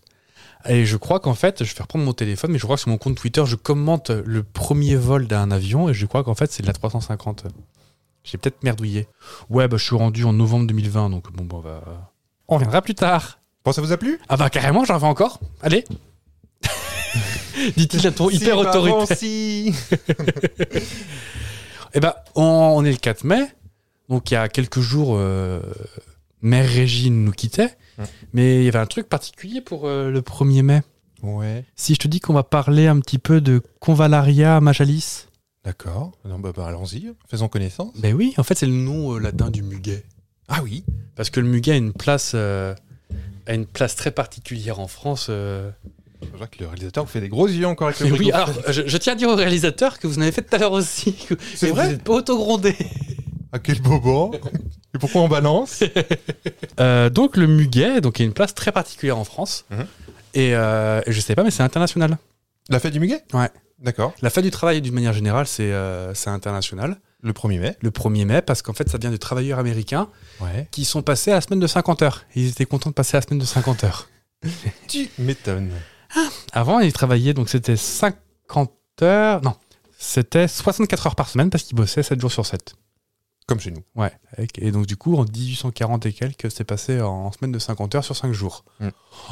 S5: Et je crois qu'en fait, je vais reprendre mon téléphone, mais je crois que sur mon compte Twitter, je commente le premier vol d'un avion et je crois qu'en fait, c'est de la 350. J'ai peut-être merdouillé. Ouais, bah, je suis rendu en novembre 2020, donc bon, bah, on va. On reviendra plus tard.
S4: Bon, ça vous a plu
S5: Ah bah, carrément, j'en veux encore. Allez. Dit-il d'un ton Oh, hyper
S4: C'est pas
S5: autoritaire.
S4: bon, si.
S5: Eh ben, on, on est le 4 mai, donc il y a quelques jours, euh, Mère Régine nous quittait,
S4: Mm.
S5: mais il y avait un truc particulier pour euh, le 1er mai.
S4: Ouais,
S5: Si je te dis qu'on va parler un petit peu de Convalaria majalis.
S4: d'accord. Non, bah, bah, allons-y, faisons connaissance.
S5: Ben oui, en fait c'est le nom euh, latin du muguet.
S4: Ah oui
S5: Parce que le muguet a une place, euh, a une place très particulière en France. euh.
S4: Je vois que le réalisateur vous fait des gros yeux encore avec le
S5: Mais oui,
S4: bricot.
S5: alors je, je tiens à dire au réalisateur que vous en avez fait tout à l'heure aussi. que-
S4: C'est
S5: et
S4: vrai
S5: Vous n'êtes pas autogrondé.
S4: Ah, quel bobo Et pourquoi on balance
S5: Euh, donc le muguet donc, a une place très particulière en France.
S4: Mhm.
S5: Et euh, je ne sais pas, mais c'est international.
S4: La fête du muguet
S5: Ouais.
S4: D'accord.
S5: La fête du travail, d'une manière générale, c'est euh, c'est international.
S4: Le 1er mai.
S5: Le 1er mai, parce qu'en fait, ça vient de travailleurs américains
S4: Ouais.
S5: qui sont passés à la semaine de 50 heures. Ils étaient contents de passer à la semaine de 50 heures.
S4: Tu m'étonnes.
S5: Avant, ils travaillaient, donc c'était 50 heures. Non, c'était 64 heures par semaine parce qu'ils bossaient 7 jours sur 7.
S4: Comme chez nous.
S5: Ouais. Avec- Et donc, du coup, en 1840 et quelques, c'est passé en semaine de 50 heures sur 5 jours.
S4: Mhm.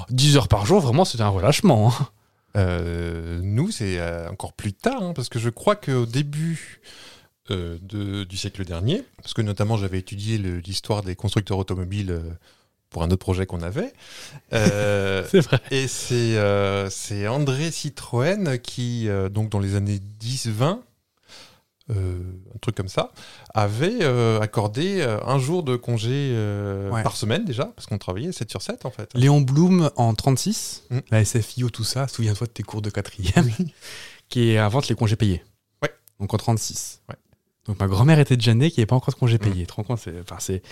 S5: 10 heures par jour, vraiment, c'était un relâchement. hein.
S4: Euh, nous, c'est euh, encore plus tard, hein, parce que je crois qu'au début euh, de- du siècle dernier, parce que notamment j'avais étudié le- l'histoire des constructeurs automobiles euh, pour un autre projet qu'on avait, euh,
S5: C'est vrai.
S4: et c'est euh, c'est André Citroën qui, euh, donc dans les années 10-20, euh, un truc comme ça, avait euh, accordé euh, un jour de congé euh,
S5: Ouais.
S4: par semaine déjà, parce qu'on travaillait 7 sur 7 en fait.
S5: Léon Blum en 36,
S4: Mm.
S5: la SFIO, tout ça, souviens-toi de tes cours de quatrième, qui invente les congés payés.
S4: Ouais.
S5: Donc en 36.
S4: Ouais. Mm.
S5: Donc ma grand-mère était de Jeannet qui n'avait pas encore de congé payé. Tu te rends compte, c'est enfin, c'est-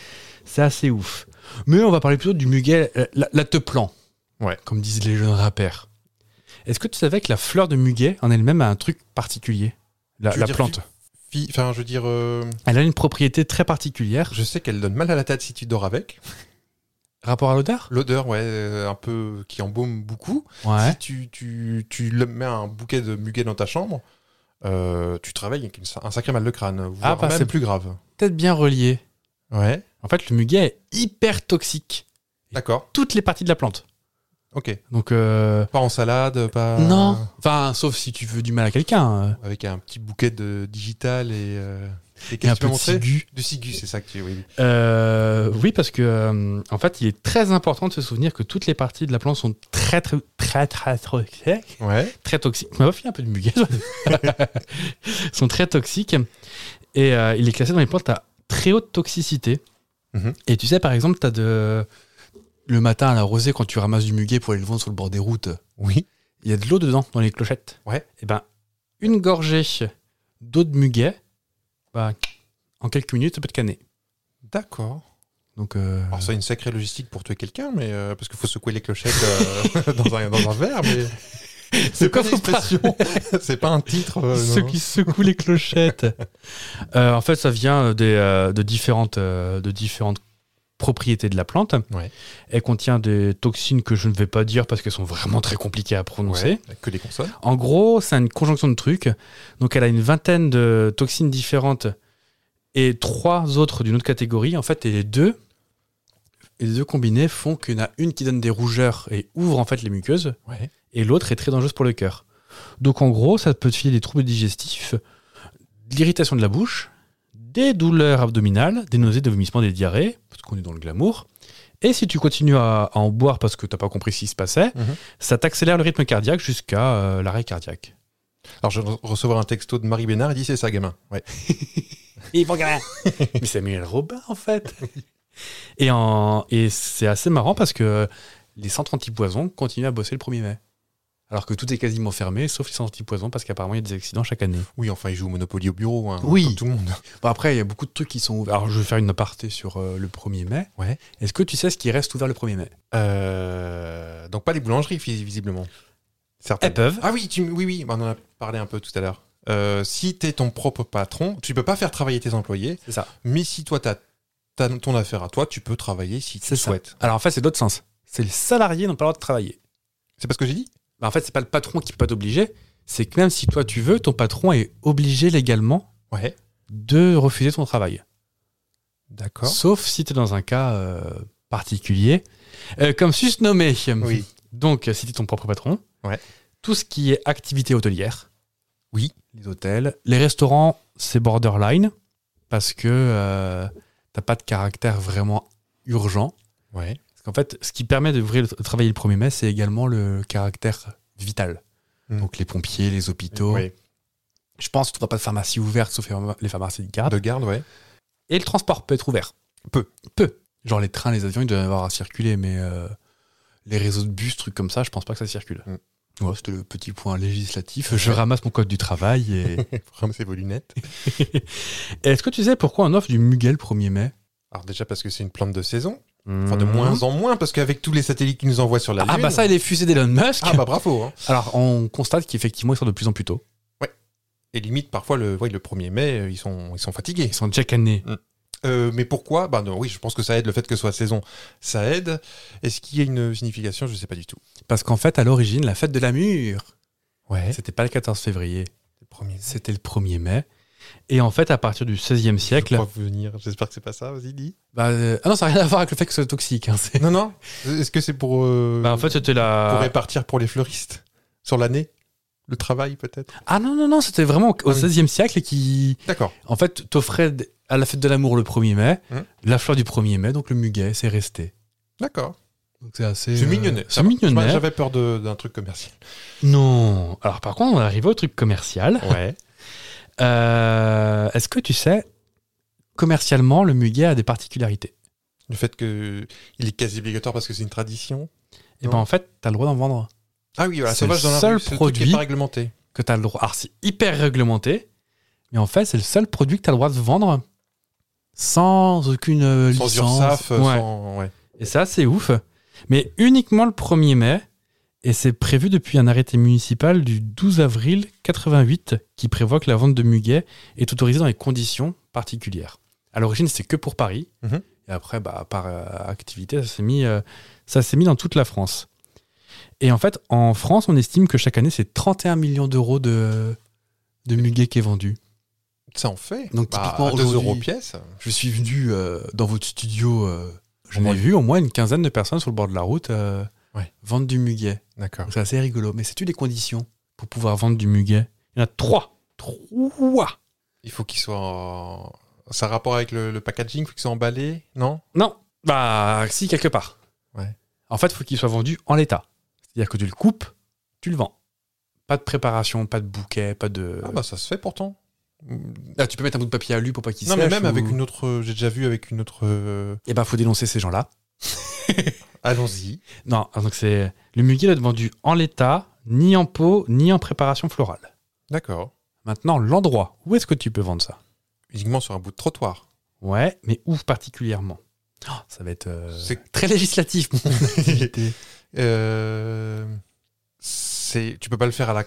S5: c'est assez ouf. Mais on va parler plutôt du muguet, euh, la, la teplan.
S4: Ouais.
S5: Comme disent les jeunes rappeurs. Est-ce que tu savais que la fleur de muguet en elle-même a un truc particulier La,
S4: Tu veux
S5: la
S4: dire
S5: plante.
S4: Fi- Enfin, je veux dire, euh,
S5: Elle a une propriété très particulière.
S4: je sais qu'elle donne mal à la tête si tu dors avec.
S5: Rapport à l'odeur
S4: L'odeur, ouais, euh, un peu qui embaume beaucoup.
S5: Ouais.
S4: Si tu, tu, tu le mets un bouquet de muguet dans ta chambre, euh, tu travailles avec une sa- un sacré mal de crâne. Voire
S5: bah, c'est-
S4: même plus grave.
S5: Peut-être bien relié.
S4: Ouais.
S5: En fait, le muguet est hyper toxique.
S4: D'accord.
S5: Toutes les parties de la plante.
S4: Ok.
S5: Donc, euh,
S4: Pas en salade, pas.
S5: non. Enfin, sauf si tu veux du mal à quelqu'un. euh.
S4: Avec un petit bouquet de digital et. euh, et
S5: Et
S4: qu'est-ce
S5: un
S4: que tu
S5: peu de
S4: m'as montré
S5: cigu.
S4: Du cigu, c'est ça que tu. Oui.
S5: Euh, oui, parce que euh, en fait, il est très important de se souvenir que toutes les parties de la plante sont très très très très très, très,
S4: Ouais.
S5: très toxiques. Ma meuf, il y a un peu de muguet. toi. sont très toxiques et euh, il est classé dans les plantes à très haute toxicité.
S4: Mhm.
S5: Et tu sais, par exemple, t'as de le matin à la rosée quand tu ramasses du muguet pour aller le vendre sur le bord des routes.
S4: Oui.
S5: Il y a de l'eau dedans dans les clochettes.
S4: Ouais.
S5: Et ben, une gorgée d'eau de muguet, bah, en quelques minutes, ça peut te canner.
S4: D'accord.
S5: Donc euh,
S4: Alors, c'est une sacrée logistique pour tuer quelqu'un, mais euh, parce qu'il faut secouer les clochettes euh, dans, un, dans un verre, mais. C'est pas une
S5: coffre pas.
S4: expression. c'est pas un titre. euh,
S5: Ceux
S4: non.
S5: qui secouent les clochettes. Euh, en fait, ça vient des, euh, de, différentes, euh, de différentes propriétés de la plante.
S4: Ouais.
S5: Elle contient des toxines que je ne vais pas dire parce qu'elles sont vraiment très compliquées à prononcer.
S4: Ouais, que des consonnes.
S5: En gros, c'est une conjonction de trucs. Donc, elle a une vingtaine de toxines différentes et trois autres d'une autre catégorie. En fait, et les deux, et les deux combinés font qu'il y en a une qui donne des rougeurs et ouvre en fait les muqueuses,
S4: Ouais.
S5: et l'autre est très dangereuse pour le cœur. Donc, en gros, ça peut te filer des troubles digestifs, de l'irritation de la bouche, des douleurs abdominales, des nausées, des vomissements, des diarrhées, parce qu'on est dans le glamour. Et si tu continues à, à en boire parce que t'as pas compris ce qui se passait,
S4: Mhm.
S5: ça t'accélère le rythme cardiaque jusqu'à euh, l'arrêt cardiaque.
S4: Alors, je vais re- recevoir un texto de Marie Bénard, il dit c'est ça, gamin. Ouais.
S5: Mais c'est Samuel Robin, en fait. et en, et c'est assez marrant parce que les centres antipoisons continuent à bosser le 1er mai. Alors que tout est quasiment fermé, sauf les centres antipoisons, parce qu'apparemment, il y a des accidents chaque année.
S4: Oui, enfin, il joue au Monopoly au bureau, hein,
S5: Oui.
S4: comme tout le monde.
S5: Bon, après, il y a beaucoup de trucs qui sont ouverts. Alors, je vais faire une aparté sur euh, le 1er mai.
S4: Ouais.
S5: Est-ce que tu sais ce qui reste ouvert le 1er mai
S4: Euh, donc pas les boulangeries vis- visiblement. Certaines.
S5: Elles peuvent.
S4: Ah oui, tu, oui, oui, on en a parlé un peu tout à l'heure. Euh, si t'es ton propre patron, tu peux pas faire travailler tes employés,
S5: C'est ça.
S4: mais si toi t'as t'as ton affaire à toi, tu peux travailler si tu
S5: C'est ça.
S4: souhaites.
S5: Alors, en fait, c'est d'autres sens. C'est le salarié n'a pas le droit de travailler.
S4: C'est pas ce que j'ai dit
S5: Bah, en fait, c'est pas le patron qui peut pas t'obliger. C'est que même si toi, tu veux, ton patron est obligé légalement
S4: Ouais.
S5: de refuser ton travail.
S4: D'accord.
S5: Sauf si tu es dans un cas euh, particulier, Euh, comme susnommé.
S4: Oui.
S5: Donc, euh, si tu es ton propre patron,
S4: Ouais.
S5: tout ce qui est activité hôtelière,
S4: Oui.
S5: les hôtels, les restaurants, c'est borderline, parce que euh, t'as pas de caractère vraiment urgent.
S4: Ouais.
S5: Parce qu'en fait, ce qui permet de ouvrir le- de travailler le 1er mai, c'est également le caractère vital.
S4: Mm.
S5: Donc les pompiers, les hôpitaux.
S4: Ouais.
S5: Je pense que tu n'auras pas de pharmacie ouverte, sauf les pharma- les pharmacies de garde.
S4: De garde, ouais.
S5: Et le transport peut être ouvert.
S4: Peu.
S5: Peu. Genre les trains, les avions, ils doivent avoir à circuler, mais euh, les réseaux de bus, trucs comme ça, je pense pas que ça circule.
S4: Hmm.
S5: Ouais, c'était le petit point législatif. Je ramasse mon code du travail. Et...
S4: Vraiment, c'est vos lunettes.
S5: Est-ce que tu sais pourquoi on offre du muguet le 1er mai
S4: Alors déjà parce que c'est une plante de saison, enfin de moins en moins, parce qu'avec tous les satellites qui nous envoient sur la Lune.
S5: Mhm. Ah bah ça, et les fusées d'Elon Musk.
S4: Ah bah bravo. hein.
S5: Alors on constate qu'effectivement, ils sortent de plus en plus tôt.
S4: Et limite parfois le, ouais, le 1er mai, euh, ils sont, ils sont fatigués.
S5: Ils sont déjà cannés.
S4: Euh, mais pourquoi Bah non, oui, je pense que ça aide le fait que ce soit saison. Ça aide. Est-ce qu'il y a une signification Je sais pas du tout.
S5: Parce qu'en fait, à l'origine, la fête de la mûre,
S4: Ouais.
S5: c'était pas le 14 février,
S4: le premier.
S5: c'était le 1er mai. Et en fait, à partir du 16e siècle.
S4: venir. J'espère que c'est pas ça. Vas-y, dis.
S5: Bah, euh, Ah non, ça n'a rien à voir avec le fait que ce soit toxique. hein, c'est-
S4: Non, non. Est-ce que c'est pour euh,
S5: Bah, en fait, c'était
S4: pour
S5: la.
S4: répartir pour les fleuristes sur l'année le travail peut-être.
S5: Ah non, non, non, c'était vraiment au
S4: Ah oui.
S5: XVIe siècle et qui,
S4: D'accord.
S5: en fait, t'offrait d- à la fête de l'amour le 1er mai,
S4: Hum.
S5: la fleur du 1er mai, donc le muguet, c'est resté.
S4: D'accord.
S5: Donc c'est assez.
S4: C'est
S5: euh,
S4: mignonnet.
S5: C'est mignonnet.
S4: J'avais peur de- d'un truc commercial.
S5: Non. Alors, par contre, on arrive au truc commercial.
S4: Ouais.
S5: Euh, Est-ce que tu sais, commercialement, le muguet a des particularités
S4: Le fait que il est quasi obligatoire parce que c'est une tradition.
S5: Et
S4: Non.
S5: ben en fait, t'as le droit d'en vendre.
S4: Ah oui, voilà,
S5: C'est le
S4: sauvage dans la
S5: seul
S4: rue, c'est le truc qui est
S5: produit-
S4: pas réglementé.
S5: que tu as le droit. Alors, c'est hyper réglementé, mais en fait, c'est le seul produit que tu as le droit de vendre sans aucune euh,
S4: Sans
S5: licence.
S4: URSAF,
S5: Ouais.
S4: sans. Ouais.
S5: Et ça, c'est ouf. Mais uniquement le 1er mai, et c'est prévu depuis un arrêté municipal du 12 avril 88 qui prévoit que la vente de muguet est autorisée dans les conditions particulières. À l'origine, c'est que pour Paris.
S4: Mhm.
S5: Et après, bah, par euh, activité, ça s'est mis, euh, ça s'est mis dans toute la France. Et en fait, en France, on estime que chaque année, c'est 31 millions d'euros de, de muguet qui est vendu.
S4: Ça en fait.
S5: Donc,
S4: Bah,
S5: typiquement,
S4: 2 euros
S5: aujourd'hui-
S4: pièce.
S5: Je suis venu euh, dans votre studio. euh, J'en ai vu au moins une quinzaine de personnes sur le bord de la route euh,
S4: Ouais.
S5: vendre du muguet.
S4: D'accord.
S5: Donc, C'est assez rigolo. Mais sais-tu les conditions pour pouvoir vendre du muguet Il y en a trois. Trois
S4: Il faut qu'il soit. En... Ça a rapport avec le, le packaging, il faut qu'il soit emballé, non
S5: Non. Bah, si, quelque part.
S4: Ouais.
S5: En fait, il faut qu'il soit vendu en l'état. C'est-à-dire que tu le coupes, tu le vends. Pas de préparation, pas de bouquet, pas de.
S4: Ah bah ça se fait pourtant.
S5: Euh. Ah, tu peux mettre un bout de papier à lui pour pas qu'il
S4: non
S5: sèche.
S4: mais même
S5: ou-
S4: avec une autre, j'ai déjà vu avec une autre. euh,
S5: Eh ben, faut dénoncer ces gens-là.
S4: Allons-y.
S5: Non, ah, donc c'est le muguet doit être vendu en l'état, ni en pot, ni en préparation florale.
S4: D'accord.
S5: Maintenant, l'endroit. Où est-ce que tu peux vendre ça
S4: Uniquement sur un bout de trottoir.
S5: Ouais, mais où particulièrement Oh, Ça va être euh,
S4: C'est-
S5: très législatif. mon-
S4: Euh, C'est. Tu peux pas le faire à la.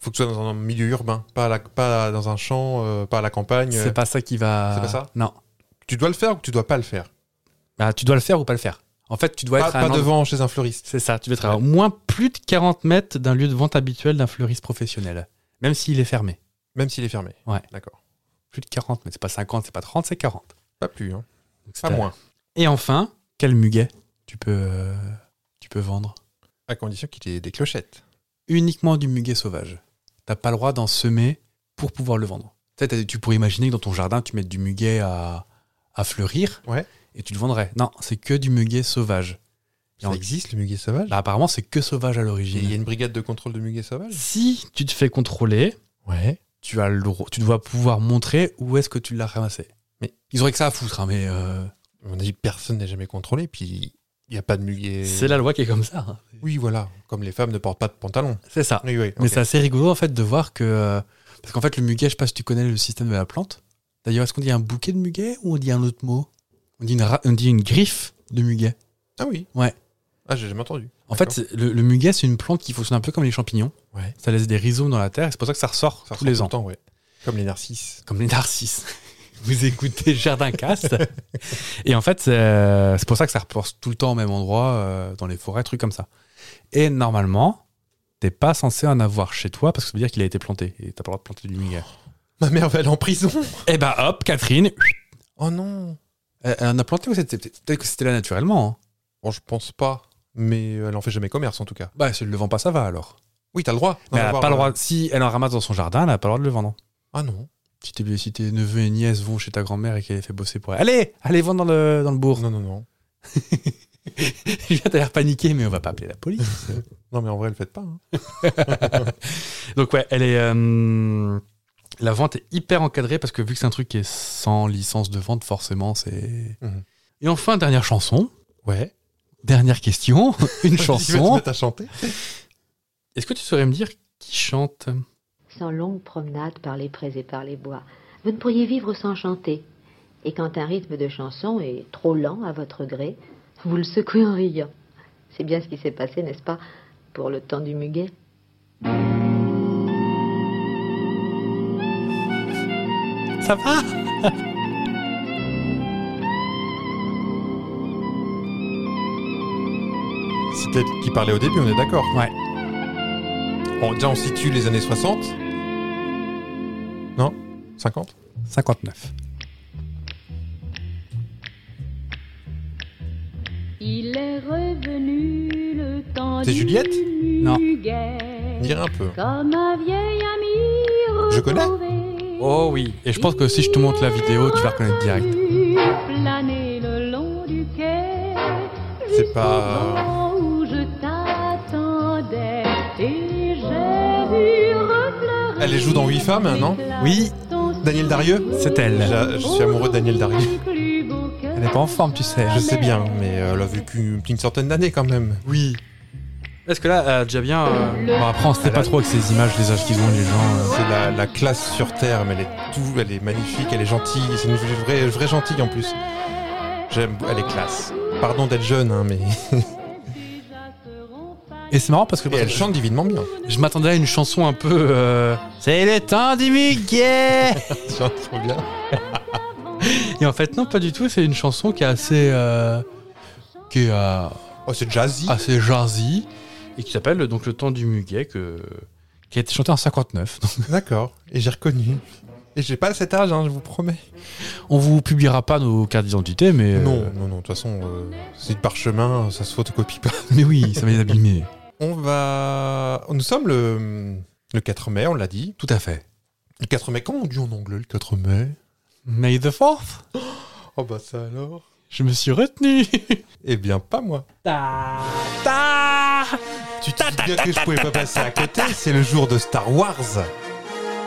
S4: Faut que ce soit dans un milieu urbain, pas à la, pas dans un champ, euh, pas à la campagne.
S5: c'est pas ça qui va.
S4: C'est pas ça
S5: Non.
S4: Tu dois le faire ou tu dois pas le faire
S5: Bah, tu dois le faire ou pas le faire. En fait, tu dois
S4: Pas,
S5: être à un
S4: pas
S5: endroit-
S4: devant chez un fleuriste.
S5: C'est ça. Tu dois être à au moins plus de 40 mètres d'un lieu de vente habituel d'un fleuriste professionnel, même s'il est fermé.
S4: Même s'il est fermé.
S5: Ouais.
S4: D'accord.
S5: Plus de 40 mètres. C'est pas 50, c'est pas 30, c'est 40.
S4: Pas plus, hein.
S5: Donc, c'est
S4: Pas
S5: à-
S4: moins.
S5: Et enfin, quel muguet tu peux, euh, tu peux vendre
S4: À condition qu'il ait des clochettes.
S5: uniquement du muguet sauvage. T'as pas le droit d'en semer pour pouvoir le vendre. Tu sais, t'as- tu pourrais imaginer que dans ton jardin, tu mettes du muguet à, à fleurir
S4: Ouais.
S5: et tu le vendrais. Non, c'est que du muguet sauvage. Et
S4: Ça
S5: en-
S4: existe le muguet sauvage
S5: Là, apparemment, c'est que sauvage à
S4: Il y a
S5: l'origine.
S4: une brigade de contrôle de muguet sauvage
S5: Si tu te fais contrôler,
S4: Ouais.
S5: tu, as le droit- tu dois pouvoir montrer où est-ce que tu l'as ramassé. Mais ils auraient que ça à foutre, hein, mais euh,
S4: On a dit que personne n'est jamais contrôlé, puis il n'y a pas de muguet.
S5: c'est la loi qui est comme ça. hein.
S4: Oui, voilà. Comme les femmes ne portent pas de pantalon.
S5: C'est ça.
S4: Oui, oui.
S5: Mais
S4: ok.
S5: c'est assez rigolo en fait de voir que. euh, Parce qu'en fait, le muguet, je sais pas si tu connais le système de la plante. D'ailleurs, est-ce qu'on dit un bouquet de muguet ou on dit un autre mot on dit, une ra- on dit une griffe de muguet.
S4: Ah oui.
S5: Ouais.
S4: Ah, j'ai jamais entendu.
S5: En fait, c'est- le, le muguet, c'est une plante qui fonctionne un peu comme les champignons.
S4: Ouais.
S5: Ça laisse des rhizomes dans la terre et c'est pour ça que ça ressort
S4: Ça
S5: tous
S4: ressort
S5: les
S4: tout
S5: ans.
S4: le temps, ouais. Comme les narcisses.
S5: Comme les narcisses. Vous écoutez Jardin Cast. et en fait, c'est c'est pour ça que ça repousse tout le temps au même endroit, euh, dans les forêts, trucs comme ça. Et normalement, t'es pas censé en avoir chez toi parce que ça veut dire qu'il a été planté. Et t'as pas le droit de planter du muguet.
S4: Ma mère va aller en prison.
S5: Et bah hop, Catherine,
S4: Oh non.
S5: elle elle en a planté ou c'était peut-être que c'était là naturellement hein
S4: Bon, je pense pas. Mais elle en fait jamais commerce, en tout cas.
S5: Bah, si elle le vend pas, ça va alors.
S4: Oui, t'as le droit. d'en
S5: Mais elle a
S4: avoir,
S5: pas le
S4: euh,
S5: droit. Si elle en ramasse dans son jardin, elle a pas le droit de le vendre.
S4: Ah non.
S5: Si tes, si tes neveux et nièces vont chez ta grand-mère et qu'elle les fait bosser pour elle, allez, allez vendre dans le, dans le bourg.
S4: Non, non, non.
S5: Julien, t'as l'air paniqué, mais on va pas appeler la police.
S4: Non, mais en vrai, elle le fait pas. hein.
S5: Donc ouais, elle est. euh, la vente est hyper encadrée parce que vu que c'est un truc qui est sans licence de vente, forcément, c'est.
S4: Mhm.
S5: Et enfin, dernière chanson.
S4: Ouais.
S5: Dernière question. Une
S4: Tu vas te
S5: chanson.
S4: mettre à chanter
S5: Est-ce que tu saurais me dire qui chante
S8: sans longue promenade par les prés et par les bois. Vous ne pourriez vivre sans chanter. Et quand un rythme de chanson est trop lent à votre gré, vous le secouez en riant. C'est bien ce qui s'est passé, n'est-ce pas, pour le temps du muguet
S5: Ça va
S4: C'était qui parlait au début, on est d'accord.
S5: Ouais.
S4: Bon, déjà, on situe les années 60. Non 50
S5: 59.
S6: Il est revenu le temps
S4: C'est Juliette
S5: Non.
S4: On dirait un peu.
S6: Comme un vieil ami
S4: Je connais.
S6: retrouvé.
S5: Oh oui. Et je pense que si je te montre la vidéo, tu vas reconnaître direct.
S6: Planer le long du quai.
S4: C'est pas.
S6: Là où je t'attendais et j'ai vu refleurir
S4: Elle les joue dans 8 femmes, non
S5: Oui,
S6: ton
S4: Daniel Darieux
S5: c'est elle.
S4: J'a- Je suis amoureux de Daniel Darieux.
S6: plus beau cœur.
S5: Elle n'est pas en forme, tu sais.
S4: Je sais bien, mais euh, elle a vécu une petite centaine d'années quand même.
S5: Oui. Est-ce que là, elle a déjà bien. euh, Bon, après, on sait pas trop avec ces images, les âges qu'ils ont, les gens. euh.
S4: C'est la, la classe sur Terre, mais elle est tout, elle est magnifique, elle est gentille, c'est une vraie, vraie gentille en plus. J'aime, elle est classe. Pardon d'être jeune, hein, mais
S5: Et c'est marrant parce que
S4: Et elle chante divinement bien.
S5: je m'attendais à une chanson un peu. euh, C'est le temps du Mickey
S4: Elle chante trop bien.
S5: Et en fait, non, pas du tout. C'est une chanson qui est assez. euh, qui est euh,
S4: Oh, c'est jazzy.
S5: assez jazzy et qui s'appelle donc Le temps du muguet que, qui a été chanté en 59. Donc,
S4: D'accord. Et j'ai reconnu. Et j'ai pas cet âge, hein, je vous promets.
S5: on vous publiera pas nos cartes d'identité, mais. euh,
S4: Non, non, non. De toute façon, euh, c'est du parchemin, ça se photocopie pas.
S5: mais oui, ça va les abîmer.
S4: On va. Nous sommes le, le 4 mai, on l'a dit.
S5: Tout à fait.
S4: Le 4 mai, comment on dit en anglais le 4 mai
S5: May the 4th
S4: Oh bah ça alors
S5: Je me suis retenu
S4: Eh bien, pas moi. Tu te dis bien que je pouvais pas passer à côté, c'est le jour de Star Wars.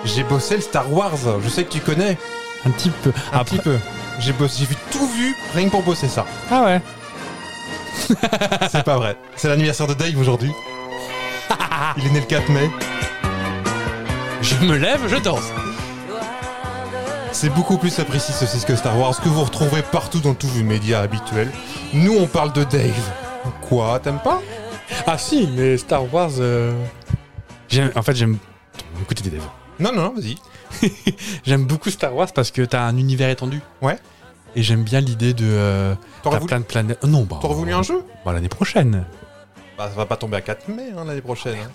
S4: J'ai bossé le Star Wars, je sais que tu connais,
S5: Un petit peu.
S4: un petit peu. J'ai bossé, j'ai vu tout vu, rien que pour bosser ça.
S5: Ah ouais
S4: C'est pas vrai. C'est l'anniversaire de Dave aujourd'hui. Il est né le 4 mai.
S5: Je me lève, je danse
S4: C'est beaucoup plus apprécié ceci que Star Wars, que vous retrouverez partout dans tous vos médias habituels. Nous, on parle de Dave. Quoi, t'aimes pas
S5: Ah si, mais Star Wars. euh, j'aime- En fait, j'aime. Écoutez, des dévots.
S4: Non, non, non, vas-y.
S5: J'aime beaucoup Star Wars parce que t'as un univers étendu.
S4: Ouais.
S5: Et j'aime bien l'idée de. euh,
S4: T'aurais
S5: t'as
S4: voulu,
S5: plein de planètes. Non, bah.
S4: t'aurais voulu un jeu
S5: bah, l'année prochaine.
S4: Bah, ça va pas tomber à 4 mai hein, l'année prochaine. hein.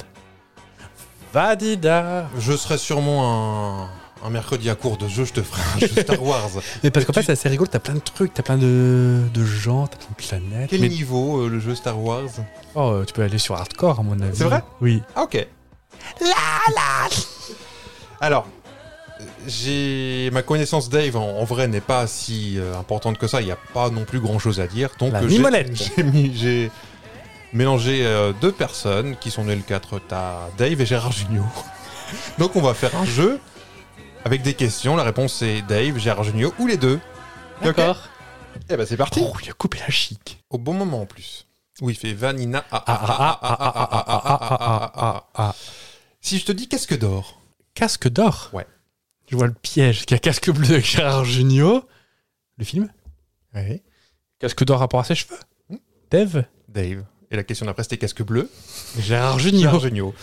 S5: Vadida
S4: Je serai sûrement un, un mercredi à court de jeu, je te ferai un jeu Star Wars.
S5: Mais parce qu'en
S4: tu-
S5: fait, c'est assez rigolo, t'as plein de trucs, t'as plein de, de gens, t'as plein de planètes.
S4: Quel
S5: mais-
S4: niveau euh, le jeu Star Wars
S5: Oh, euh, tu peux aller sur hardcore, à mon avis.
S4: C'est vrai
S5: Oui.
S4: Ah ok. Alors, euh, j'ai ma connaissance Dave en, en vrai n'est pas si euh, importante que ça. Il n'y a pas non plus grand chose à dire. Donc
S5: La
S4: euh, j'ai-
S5: mimolette.
S4: j'ai mis- j'ai mélangé euh, deux personnes qui sont nées le 4. T'as Dave et Gérard Junior. donc on va faire un jeu avec des questions. La réponse est Dave, Gérard Junior ou les deux.
S5: D'accord.
S4: Et ben c'est parti.
S5: Oh, il a coupé la chic.
S4: Au bon moment en plus. Où il fait Vanina. ah,
S5: Ah
S4: ah, ah, ah, ah, ah, ah, ah, ah, ah, ah, ah.
S5: ah.
S4: Si je te dis qu'est-ce que d'or
S5: Casque d'or.
S4: Ouais.
S5: Je vois le piège. Il y a Casque bleu avec Gérard Junio. Le film
S4: Oui.
S5: Casque d'or rapport à ses cheveux Dev
S4: Dave. Et la question d'après, c'était Casque Bleu.
S5: Gérard
S4: Gérard
S5: Junio.
S4: Jugnot.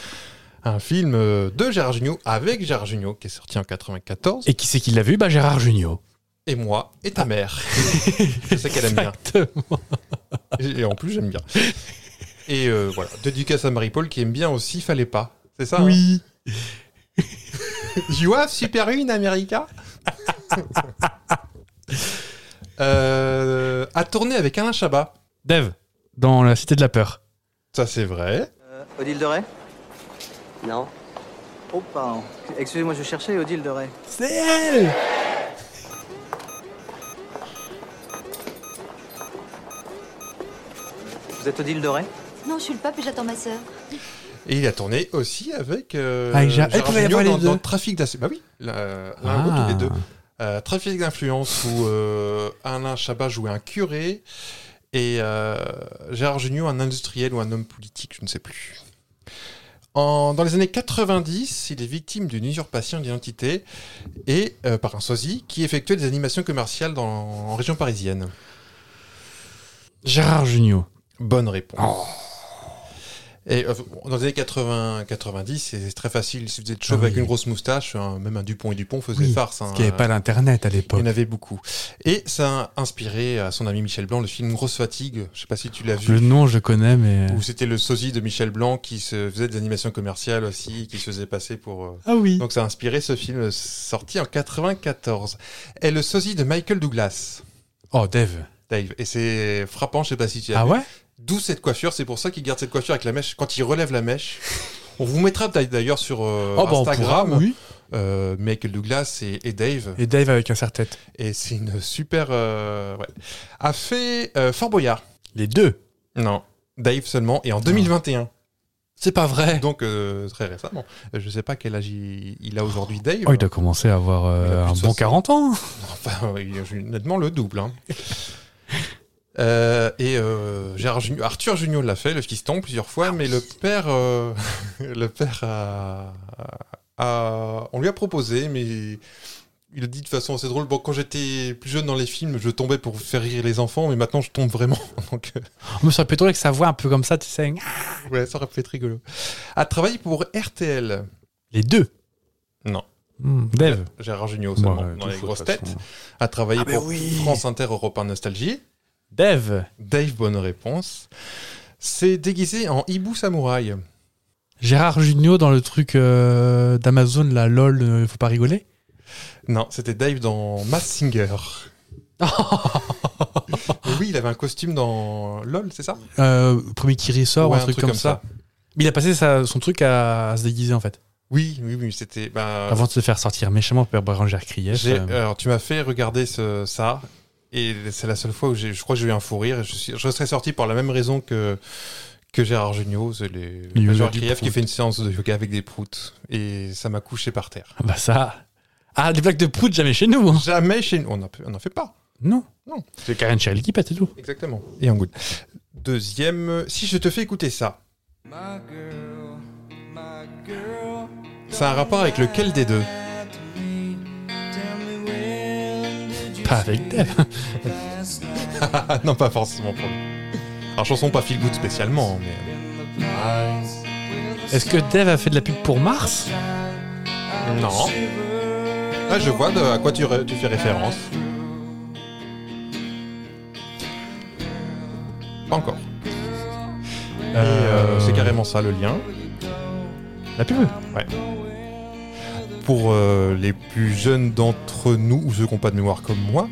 S4: Un film euh, de Gérard Jugnot avec Gérard Jugnot qui est sorti en 94.
S5: Et qui c'est qui l'a vu Bah Gérard Junio.
S4: Et moi et ta mère. je sais qu'elle aime bien.
S5: Ah. Exactement.
S4: Et et en plus, j'aime bien. Et euh, voilà, dédicace à Marie-Paul qui aime bien aussi Fallait pas. C'est ça hein
S5: Oui.
S4: You have Super une America Euh, À tourner avec Alain Chabat.
S5: Dev, dans La Cité de la Peur.
S4: Ça, c'est vrai.
S9: Odile de Ray
S10: Non,
S9: Oh, pardon. Excusez-moi, je cherchais Odile de Ray.
S5: C'est elle
S9: Vous êtes Odile de Ray
S10: non, je suis le pape et j'attends ma sœur.
S4: Et il a tourné aussi avec, euh,
S5: Avec Gérard- Eh,
S4: Gérard
S5: pouvait y
S4: Jugnot
S5: avoir les
S4: dans,
S5: deux. Ah.
S4: dans Trafic d'influence. Bah oui, la- l'un ou les deux. Euh, Trafic d'influence où euh, Alain Chabat jouait un curé et euh, Gérard Jugnot un industriel ou un homme politique, je ne sais plus. En- dans les années 90, il est victime d'une usurpation d'identité et euh, par un sosie qui effectuait des animations commerciales dans, en région parisienne.
S5: Gérard Junio.
S4: Bonne réponse.
S5: Oh.
S4: Et euh, dans les années 80, 90, c'est très facile. Si vous êtes chauve
S5: Ah oui.
S4: avec une grosse moustache, hein, même un Dupont et Dupont faisait
S5: Oui,
S4: farce. hein.
S5: Parce qu'il n'y avait pas l'internet à
S4: Il y
S5: l'époque.
S4: en avait beaucoup. Et ça a inspiré à son ami Michel Blanc le film Grosse Fatigue. Je sais pas si tu l'as
S5: Le
S4: vu.
S5: nom, je connais, mais.
S4: Où c'était le sosie de Michel Blanc qui se faisait des animations commerciales aussi, qui se faisait passer pour. euh,
S5: Ah oui.
S4: Donc ça a inspiré ce film euh, sorti en 94. Et le sosie de Michael Douglas,
S5: Oh, Dev.
S4: Dave. Et c'est frappant, je sais pas si tu as
S5: Ah
S4: vu.
S5: ouais
S4: D'où cette coiffure, c'est pour ça qu'il garde cette coiffure avec la mèche. Quand il relève la mèche, on vous mettra d'a- d'ailleurs sur euh,
S5: Oh, bah on pourra,
S4: Instagram
S5: oui.
S4: euh, Michael Douglas et, et Dave,
S5: Et Dave avec un serre-tête.
S4: et c'est une super. euh, ouais. A fait euh, Fort Boyard.
S5: Les deux.
S4: Non, Dave seulement,
S5: Ah.
S4: et en 2021.
S5: C'est pas vrai.
S4: Donc euh, très récemment. Euh, Je sais pas quel âge il, il a aujourd'hui, Dave.
S5: Oh, il doit commencer à avoir euh,
S4: Il a plus
S5: un
S4: de
S5: bon
S4: 60.
S5: 40 ans.
S4: Enfin, il a nettement le double. hein. Euh, et euh, Gérard Jugnot- Arthur Junior l'a fait, le fiston, plusieurs fois,
S5: Ah
S4: mais le père, euh, le père a, a- on lui a proposé, mais il le dit de façon assez drôle. Bon, quand j'étais plus jeune dans les films, je tombais pour faire rire les enfants, mais maintenant je tombe vraiment. Donc, euh,
S5: On me serait plutôt avec sa voix un peu comme ça, tu sais.
S4: ouais, ça aurait pu être rigolo. A travaillé pour RTL.
S5: Les deux.
S4: Non.
S5: Hmm, Dev.
S4: Gérard Jugnot,
S5: Moi,
S4: seulement,
S5: euh,
S4: dans
S5: tout
S4: les
S5: faut, de
S4: grosses
S5: toute
S4: têtes.
S5: façon.
S4: A travaillé
S5: Ah, mais
S4: pour
S5: oui.
S4: France Inter Europe 1 Nostalgie.
S5: Dev.
S4: Dave, bonne réponse. C'est déguisé en hibou samouraï.
S5: Gérard Jugnot dans le truc euh, d'Amazon, la lol, euh, faut pas rigoler.
S4: Non, c'était Dave dans Mass Singer. Mais oui, il avait un costume dans LOL, c'est ça
S5: Euh, premier qui ressort,
S4: Ouais,
S5: un, truc comme, ça. Mais il a passé sa- son truc à, à se déguiser en fait.
S4: Oui, oui, oui, c'était. bah,
S5: Avant de se faire sortir méchamment par Branger Krief.
S4: j'ai-
S5: euh,
S4: Alors, tu m'as fait regarder ce- ça, et c'est la seule fois où j'ai- je crois que j'ai eu un fou rire. et Je, suis- je serais sorti par la même raison que, que Gérard Jugnot, c'est les-
S5: Le yoga
S4: Gérard
S5: du
S4: Krief qui
S5: prout.
S4: fait une séance de yoga avec des proutes, et ça m'a couché par terre.
S5: Bah ça. Ah, des blagues de prout jamais chez nous. hein.
S4: Jamais chez nous, on n'en on n'en fait pas.
S5: Non.
S4: Non.
S5: C'est Karen Cheryl qui pète et tout.
S4: Exactement. Et Angoul. Deuxième, si je te fais écouter ça. C'est un rapport avec lequel des deux
S5: Pas avec Dev.
S4: Ah, Non, pas forcément pour lui. Alors, chanson pas feel good spécialement, hein, mais.
S5: Est-ce que Dev a fait de la pub pour Mars
S4: Non. Ah, je vois de- à quoi tu, ré- tu fais référence. Pas encore. Et, euh, C'est carrément ça le lien.
S5: La pub
S4: Pour euh, les plus jeunes d'entre nous, ou ceux qui n'ont pas de mémoire comme moi,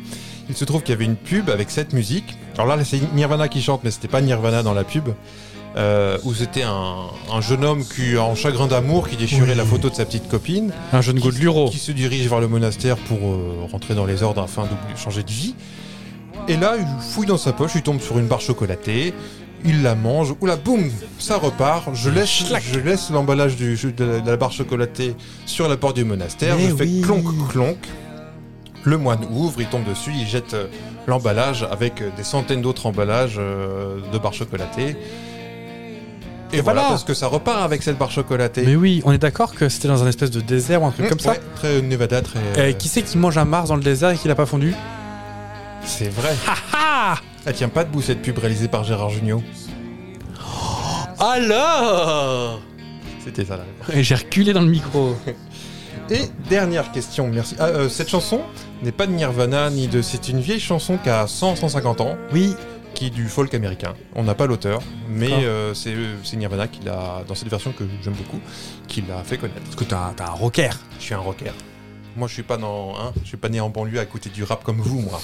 S4: il se trouve qu'il y avait une pub avec cette musique. Alors là, c'est Nirvana qui chante, mais c'était pas Nirvana dans la pub. euh, où c'était un, un jeune homme qui, en chagrin d'amour qui déchirait la photo de sa petite copine,
S5: Un jeune go de l'Uro.
S4: qui se dirige vers le monastère pour euh, rentrer dans les ordres afin de changer de vie. Et là, il fouille dans sa poche, il tombe sur une barre chocolatée, il la mange, oula, boum, ça repart. Je laisse, je laisse l'emballage du- de, la, de la barre chocolatée sur la porte du monastère,
S5: Mais
S4: je fais
S5: oui.
S4: clonk, clonk. Le moine ouvre, il tombe dessus, il jette euh, l'emballage avec euh, des centaines d'autres emballages euh, de barres chocolatées. Et, voilà,
S5: voilà.
S4: parce que ça repart avec cette barre chocolatée.
S5: Mais oui, on est d'accord que c'était dans un espèce de désert ou un truc
S4: Mmh,
S5: comme ça.
S4: ouais, Très Nevada, très.
S5: Euh, qui c'est qui mange un Mars dans le désert et qui l'a pas fondu
S4: C'est vrai.
S5: Ah
S4: Elle tient pas debout cette pub réalisée par Gérard Jugnot.
S5: Alors
S4: C'était ça la réponse.
S5: Et j'ai reculé dans le micro.
S4: Et dernière question, merci. Ah, euh, cette chanson n'est pas de Nirvana ni de. C'est une vieille chanson qui a 100-150 ans,
S5: Oui,
S4: qui est du folk américain. On n'a pas l'auteur, mais
S5: D'accord.
S4: euh, c'est euh, c'est Nirvana qui l'a, dans cette version que j'aime beaucoup, qui l'a fait connaître.
S5: parce que t'as un, t'as un rocker.
S4: Je suis un rocker. Moi, je suis pas dans, hein, je suis pas né en banlieue à côté du rap comme vous, moi.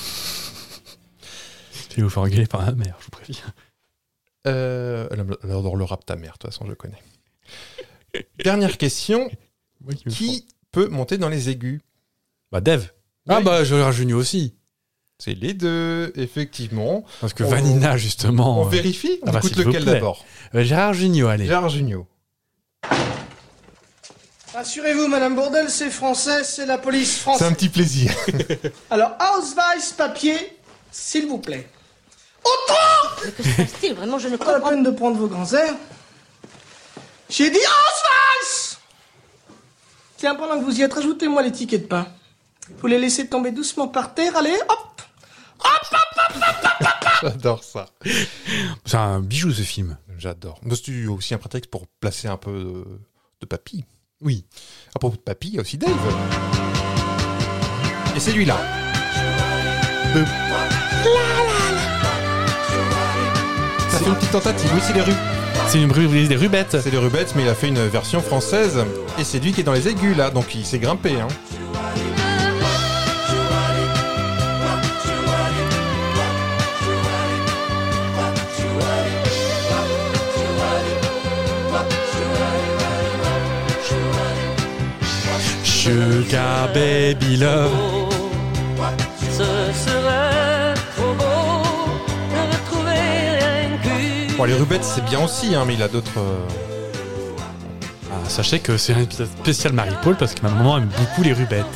S5: Je vais vous faire engueuler par ma mère, je vous préviens.
S4: Euh, elle aime- elle adore le rap ta mère, de toute façon, je connais. Dernière question. Qui peut monter dans les aigus
S5: Bah Dev. Ah
S4: Oui.
S5: bah Gérard Junior aussi.
S4: C'est les deux, effectivement.
S5: Parce que
S4: On-
S5: Vanina justement.
S4: On
S5: euh,
S4: vérifie On
S5: Ah bah,
S4: écoute
S5: s'il vous
S4: lequel
S5: plaît.
S4: d'abord
S5: euh, Gérard Junior, allez.
S4: Gérard Jugnot.
S11: Rassurez-vous, Madame Bourdel, c'est français, c'est la police
S4: C'est
S11: française.
S4: un petit plaisir.
S11: Alors, Ausweis papier, s'il vous plaît.
S10: Style, vraiment, je ne
S11: Pas la
S10: comprends
S11: peine de prendre vos grands airs. J'ai dit Ausweis Tiens, pendant que vous y êtes, rajoutez-moi les tickets de pain. Vous les laissez tomber doucement par terre, allez, hop
S4: J'adore ça.
S5: C'est un bijou ce film.
S4: J'adore. Mais C'est aussi un prétexte pour placer un peu de, de papy.
S5: Oui.
S4: À propos de papy, il y a aussi Dave. Et c'est lui-là. De- Ça fait une petite tentative. Oui, c'est les rues.
S5: C'est une rubrique des rubettes.
S4: C'est les rubettes, mais il a fait une version française. Et c'est lui qui est dans les aigus, là. Donc il s'est grimpé. Hein.
S5: Sugar Baby Love.
S6: Ce serait trop beau de retrouver rien qu'une
S4: Bon, les rubettes, c'est bien aussi, hein, mais il a d'autres. euh,
S5: Ah, sachez que c'est un épisode spécial Marie-Paul parce que ma maman aime beaucoup les rubettes.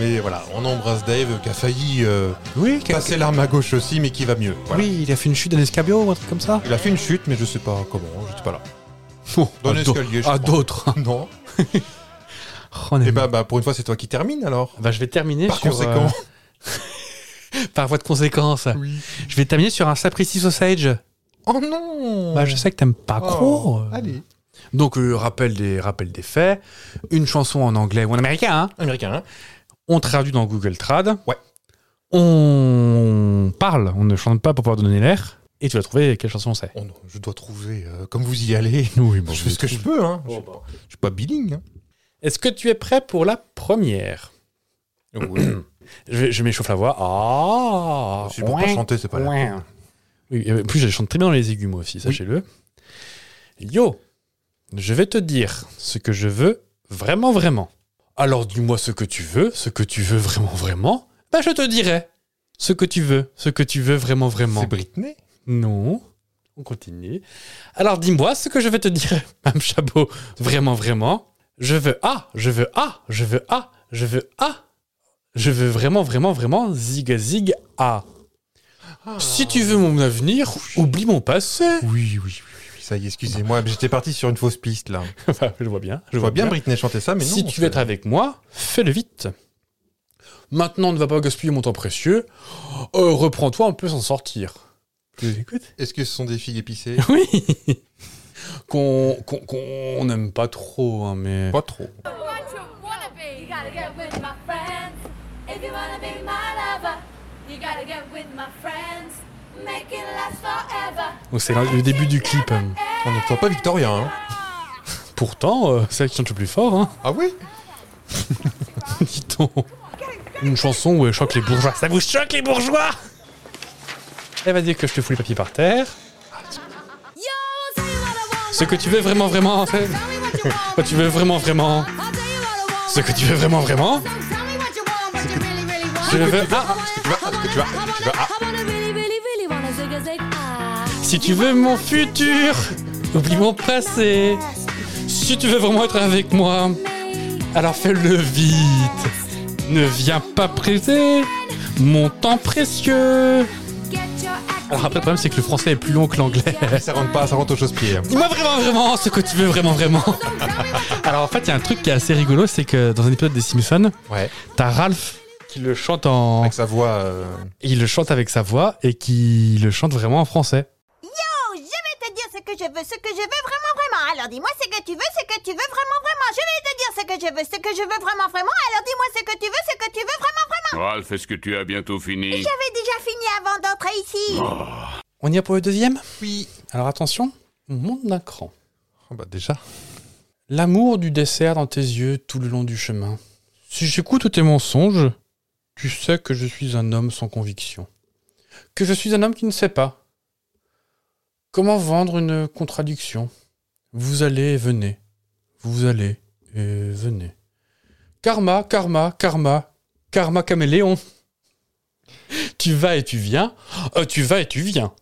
S4: mais voilà, on embrasse Dave qui a failli euh, passer l'arme à gauche aussi, mais qui va mieux. Voilà.
S5: Oui, il a fait une chute d'un escabeau ou un truc comme ça
S4: Il a fait une chute, mais je sais pas comment, j'étais pas là. Dans
S5: Oh, à
S4: l'escalier,
S5: d'au- à
S4: d'autres Non.
S5: Oh,
S4: Et bah, bah, pour une fois, c'est toi qui termine alors.
S5: Bah, je vais terminer
S4: Par
S5: sur,
S4: conséquent.
S5: euh, par voie de conséquence. Je vais terminer sur un sapristi sausage.
S4: Oh non
S5: Bah, je sais que t'aimes pas
S4: Oh,
S5: trop. euh.
S4: Allez.
S5: Donc, euh, rappel, des, rappel des faits. Une chanson en anglais ou en américain. hein.
S4: Américain, hein.
S5: On traduit dans Google Trad.
S4: Ouais.
S5: On parle, on ne chante pas pour pouvoir donner l'air. Et tu vas trouver quelle chanson c'est.
S4: Oh non, je dois trouver, euh, comme vous y allez.
S5: Oui, bon,
S4: je fais ce que je peux, hein. Je suis pas- je suis pas billing. hein.
S5: Est-ce que tu es prêt pour la première Je, vais- je m'échauffe la voix. Ah
S4: Si pour pas chanter, c'est pas la
S5: ouais. Oui, et en plus, je chante très bien dans les aigus, moi aussi, sachez-le. Yo, je vais te dire ce que je veux vraiment, vraiment. Alors dis-moi ce que tu veux, ce que tu veux vraiment, vraiment. Ben, je te dirai ce que tu veux, ce que tu veux vraiment, vraiment.
S4: C'est Britney
S5: Non. On continue. Alors dis-moi ce que je vais te dire, Mme Chabot. Vraiment, vraiment. Je veux A, je veux A, je veux A, je veux A. Je veux vraiment, vraiment, vraiment zig zig A. Si tu veux mon avenir, oublie mon passé.
S4: Oui, oui, oui, oui, ça y est, excusez-moi, mais j'étais parti sur une fausse piste là.
S5: Enfin, je vois bien.
S4: Je vois bien Britney chanter ça, mais non.
S5: si tu veux être avec moi, fais-le vite. Maintenant, ne va pas gaspiller mon temps précieux. Euh, Reprends-toi, on peut s'en sortir. Je vous écoute.
S4: Est-ce que ce sont des filles épicées
S5: Oui. qu'on qu'on qu'on n'aime pas trop, hein, mais.
S4: Pas trop.
S6: What you wanna be? You gotta get with my friends. If you wanna be my lover, you gotta get with my friends. Make it last forever.
S5: Donc, C'est le début du clip. hein.
S4: On n'entend pas Victoria, hein.
S5: Pourtant, euh, celle qui chante le plus fort, hein.
S4: Ah oui
S5: dis donc. Une chanson où elle choque les bourgeois. Ça vous choque les bourgeois Elle va dire que je te fous les papiers par terre. Ce que tu veux vraiment, vraiment, en fait. Ce que tu veux vraiment, vraiment. Ce que tu veux vraiment, vraiment. Je veux. Ah
S4: ah.
S6: Ah.
S5: Si tu veux mon futur, oublie mon passé. Si tu veux vraiment être avec moi, alors fais-le vite. Ne viens pas priser mon temps précieux. Alors après, le problème, c'est que le français est plus long que l'anglais.
S4: Ça rentre pas, ça rentre hein. aux chausse-pieds.
S5: Dis-moi vraiment, vraiment ce que tu veux, vraiment, vraiment. Alors en fait, il y a un truc qui est assez rigolo, c'est que dans un épisode des Simpsons,
S4: Ouais,
S5: t'as Ralph qui le chante en.
S4: avec sa voix. euh,
S5: Il le chante avec sa voix et qui le chante vraiment en français.
S12: Oh, je vais te dire ce que je veux, ce que je veux vraiment, vraiment. Alors dis-moi ce que tu veux, ce que tu veux vraiment, vraiment. Je vais te dire ce que je veux, ce que je veux vraiment, vraiment. Alors dis-moi ce que tu veux, ce que tu veux vraiment, vraiment.
S13: Ralph, est-ce que tu as bientôt fini
S12: J'avais déjà fini avant d'entrer ici.
S5: On y a pour le deuxième
S4: Oui.
S5: Alors attention, on monte d'un cran.
S4: Oh bah déjà.
S5: L'amour du dessert dans tes yeux tout le long du chemin. Si j'écoute tes mensonges, tu sais que je suis un homme sans conviction. Que je suis un homme qui ne sait pas. Comment vendre une contradiction Vous allez et venez. Vous allez et venez. Karma, karma, karma, karma caméléon. Tu vas et tu viens. Euh, tu vas et tu viens.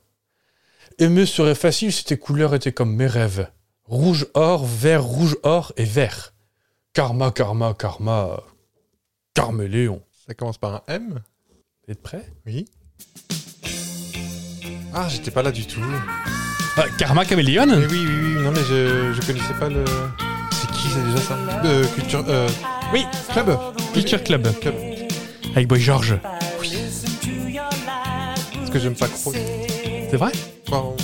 S5: Aimer serait facile si tes couleurs étaient comme mes rêves. Rouge or, vert, rouge or et vert. Karma, karma, karma. Carméléon.
S4: Ça commence par un M
S5: Vous êtes prêts
S4: Oui. Ah, j'étais pas là du tout.
S5: Ah, Karma
S4: Mais
S5: Caméléon
S4: oui, oui, oui, non, mais je, je connaissais pas le. C'est qui c'est déjà ça Euh, Culture. Euh,
S5: Oui,
S4: club
S5: Culture Club.
S4: Club.
S5: Avec Boy George.
S4: Parce que j'aime pas trop.
S5: C'est vrai
S4: Enfin,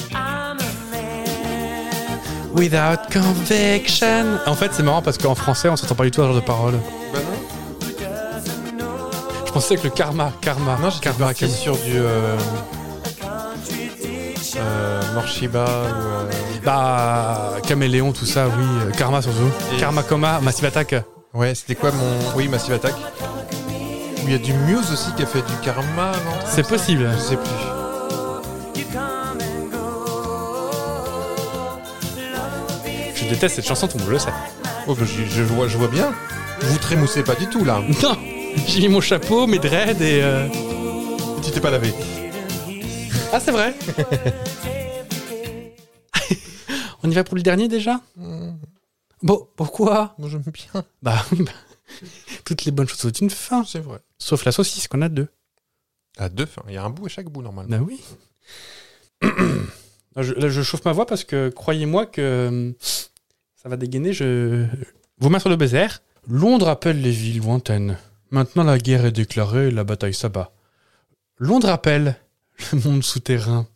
S5: Without conviction. En fait, c'est marrant parce qu'en français, on s'entend pas du tout à ce genre de parole.
S4: bah non.
S5: Je pensais que le karma, karma,
S4: Non, Ah j'étais
S5: karma,
S4: parti sur du. Euh, euh, Morshiba ou. euh,
S5: Bah, caméléon, tout ça, oui. euh, Karma surtout.
S4: Et-
S5: Karma, coma, massive attack.
S4: Ouais, c'était quoi mon. Oui, Massive Attack. Où il y a du Muse aussi qui a fait du Karma, non
S5: C'est possible.
S4: Je sais plus.
S5: Je déteste cette chanson, tout le monde le sait.
S4: Oh, bah, je, je vois, je vois bien. Vous trémoussez pas du tout là.
S5: Non J'ai mis mon chapeau, mes dreads et. euh,
S4: tu t'es pas lavé.
S5: Ah, c'est vrai On y va Mm. pour le dernier déjà Bon, pourquoi
S4: Moi j'aime bien.
S5: Bah oui, bah. toutes les bonnes choses ont une fin.
S4: C'est vrai.
S5: Sauf la saucisse, qu'on a deux.
S4: À deux fins. Il y a un bout à chaque bout, normalement.
S5: Bah oui. Là, Ah, je, là, je chauffe ma voix parce que croyez-moi que hum, ça va dégainer. Je... Vos mains sur le baiser. Londres appelle les villes lointaines. Maintenant la guerre est déclarée, la bataille s'abat. Londres appelle le monde souterrain.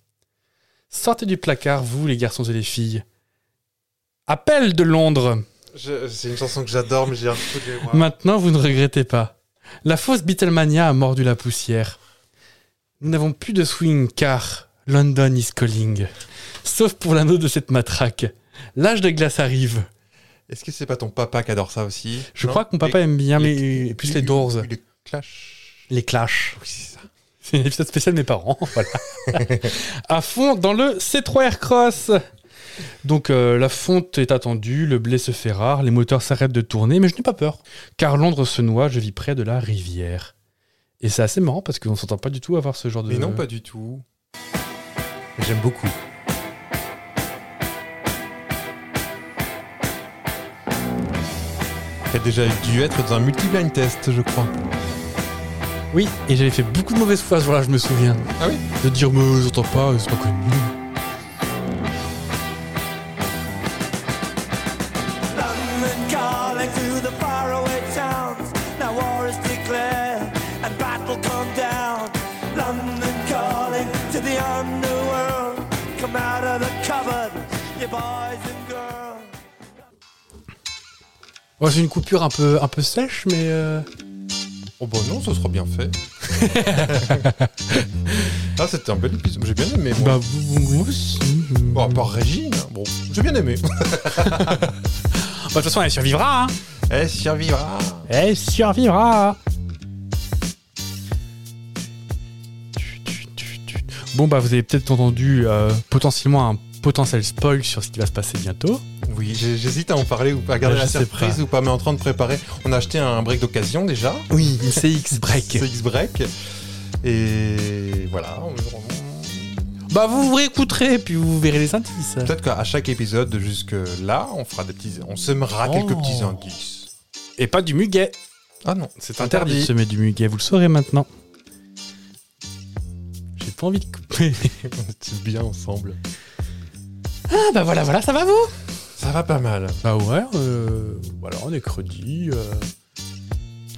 S5: Sortez du placard, vous les garçons et les filles. Appel de Londres.
S4: Je- C'est une chanson que j'adore, mais j'ai un truc. de- moi.
S5: Maintenant, vous ne regrettez pas. La fausse Beatlemania a mordu la poussière. Nous n'avons plus de swing car London is calling. Sauf pour l'anneau de cette matraque. L'âge de glace arrive.
S4: Est-ce que c'est pas ton papa qui adore ça aussi
S5: Je
S4: Non
S5: crois que mon papa
S4: Les-
S5: aime bien, mais euh, plus les Doors.
S4: Les clashs.
S5: Les Clash. c'est un épisode spécial de mes parents. Voilà. à fond dans le C3 Cross. Donc euh, la fonte est attendue, le blé se fait rare, les moteurs s'arrêtent de tourner, mais je n'ai pas peur. Car Londres se noie, je vis près de la rivière. Et c'est assez marrant parce qu'on ne s'entend pas du tout avoir ce genre de.
S4: Mais non, pas du tout. J'aime beaucoup. Qui a déjà dû être dans un multi-blind test, je crois.
S5: Oui, et j'avais fait beaucoup de mauvaises fois ce jour-là, je me souviens.
S4: Ah oui
S5: De dire, mais on s'entend pas, c'est pas connu.
S14: London calling to the faraway towns. Now war is declared and battle come down. London calling to the underworld. Come out of the cupboard, you boys and girls.
S5: Ouais, c'est une coupure un peu, un peu sèche, mais. euh,
S4: Oh bah non, ça sera bien fait. ah, c'était un bel épisode. J'ai bien aimé. Moi.
S5: Bah, vous, moi aussi.
S4: Bon, à part Régine, hein. bon, j'ai bien aimé.
S5: bah, de toute façon, elle survivra. hein.
S4: Elle survivra.
S5: Elle survivra. Bon, bah, vous avez peut-être entendu euh, potentiellement un potentiel spoil sur ce qui va se passer bientôt.
S4: Oui, j'ai- j'hésite à en parler ou pas, à garder
S5: Bah,
S4: la
S5: je sais
S4: surprise
S5: pas.
S4: ou pas, mais en train de préparer. On a acheté un break d'occasion déjà.
S5: Oui, une CX break.
S4: CX break. Et voilà. on-
S5: Bah, vous vous réécouterez, puis vous verrez les indices.
S4: Peut-être qu'à chaque épisode jusque là, on fera des petits, on semera
S5: Oh.
S4: quelques petits indices.
S5: Et pas du muguet.
S4: Ah non, c'est
S5: Interdit de
S4: interdit.
S5: semer du muguet, vous le saurez maintenant. J'ai pas envie de couper.
S4: On est bien ensemble.
S5: Ah, bah voilà, voilà, ça va vous
S4: Ça va pas mal.
S5: Bah ouais, euh, voilà, on est credi. euh,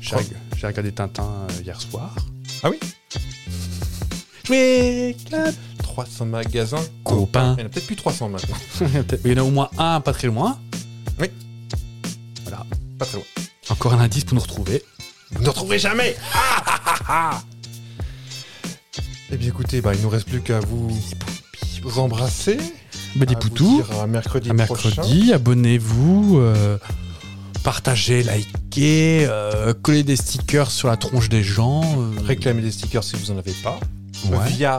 S5: j'ai reg- j'ai regardé Tintin euh, hier soir.
S4: Ah oui
S5: Oui, club
S4: 300 magasins.
S5: Copain.
S4: Il y en a peut-être plus 300 maintenant.
S5: Il y en a au moins un pas très loin.
S4: Oui.
S5: Voilà.
S4: Pas très loin.
S5: Encore un indice pour nous retrouver.
S4: Vous ne retrouverez jamais Eh bien écoutez, bah, il nous reste plus qu'à vous, vous embrasser.
S5: Bah, des
S4: à vous
S5: poutous.
S4: dire à mercredi
S5: À
S4: prochain.
S5: mercredi, abonnez-vous, euh, partagez, likez, euh, collez des stickers sur la tronche des gens. euh,
S4: Réclamez des stickers si vous n'en avez pas.
S5: Ouais.
S4: Via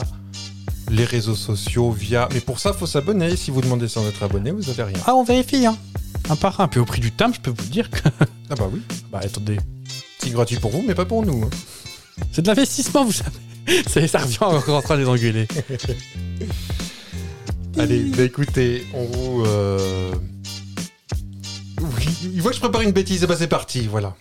S4: les réseaux sociaux, via... Mais pour ça, faut s'abonner. Si vous demandez sans être abonné, vous n'avez rien.
S5: Ah, on vérifie, hein. Un par un. Puis au prix du timbre, je peux vous dire que.
S4: Ah bah oui.
S5: Bah attendez.
S4: C'est gratuit pour vous, mais pas pour nous. hein.
S5: C'est de l'investissement, vous savez. Ça, ça revient encore en train de les engueuler.
S4: Allez, bah écoutez, on vous... euh, Oui, il voit que je prépare une bêtise, et bah c'est parti, voilà.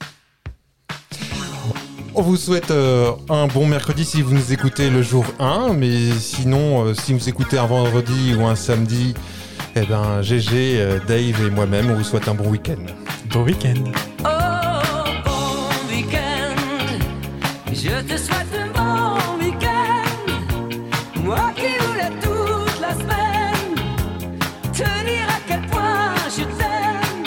S4: On vous souhaite euh, un bon mercredi si vous nous écoutez le jour 1, mais sinon, euh, si vous écoutez un vendredi ou un samedi, eh ben GG, euh, Dave et moi-même, on vous souhaite un bon week-end.
S5: Bon week-end.
S15: Oh, bon week-end, je te souhaite un bon week-end. Moi qui voulais toute la semaine tenir à quel point je t'aime.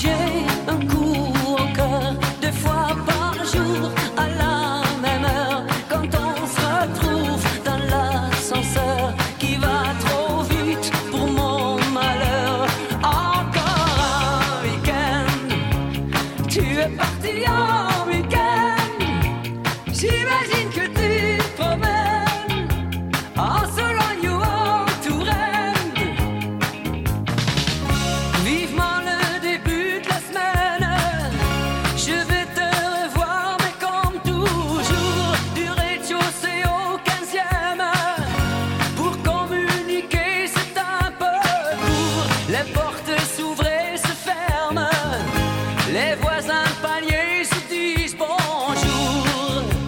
S15: J'ai un coup au cœur deux fois par jour à la même heure quand on se retrouve dans l'ascenseur qui va trop vite pour mon malheur. Encore un week-end, tu es parti en week-end. J'imagine que tu te promènes Oh,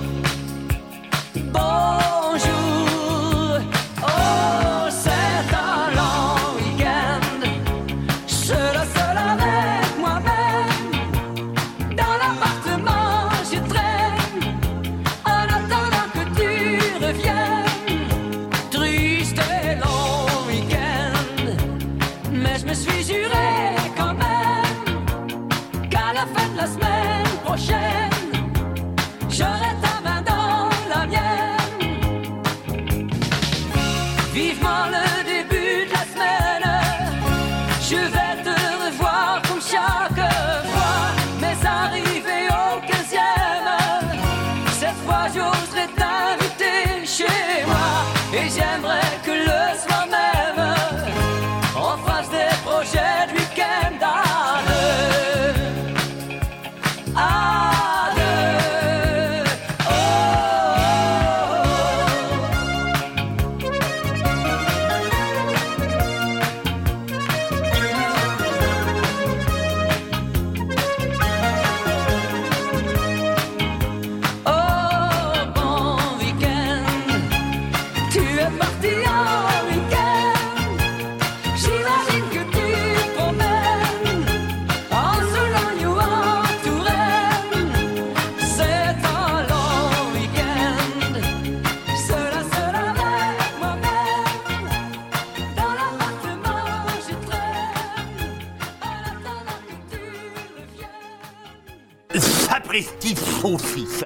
S15: suis juré quand même qu'à la fin de la semaine prochaine, j'aurai ta main dans la mienne. Vivement le début de la semaine, je vais te revoir comme chaque fois. Mais arrivé au 15e, cette fois j'oserai t'inviter chez moi. Et j'aimerais que le soir même, on fasse des projets de week-end à deux. À deux. Oh, oh, oh. Oh, bon week-end, tu es parti en week-end. J'imagine que tu promènes en Sologne ou en Touraine. C'est un long week-end, seul à seul avec moi-même. Dans l'appartement, je traîne en attendant que tu reviennes.
S2: Sapristi, son fils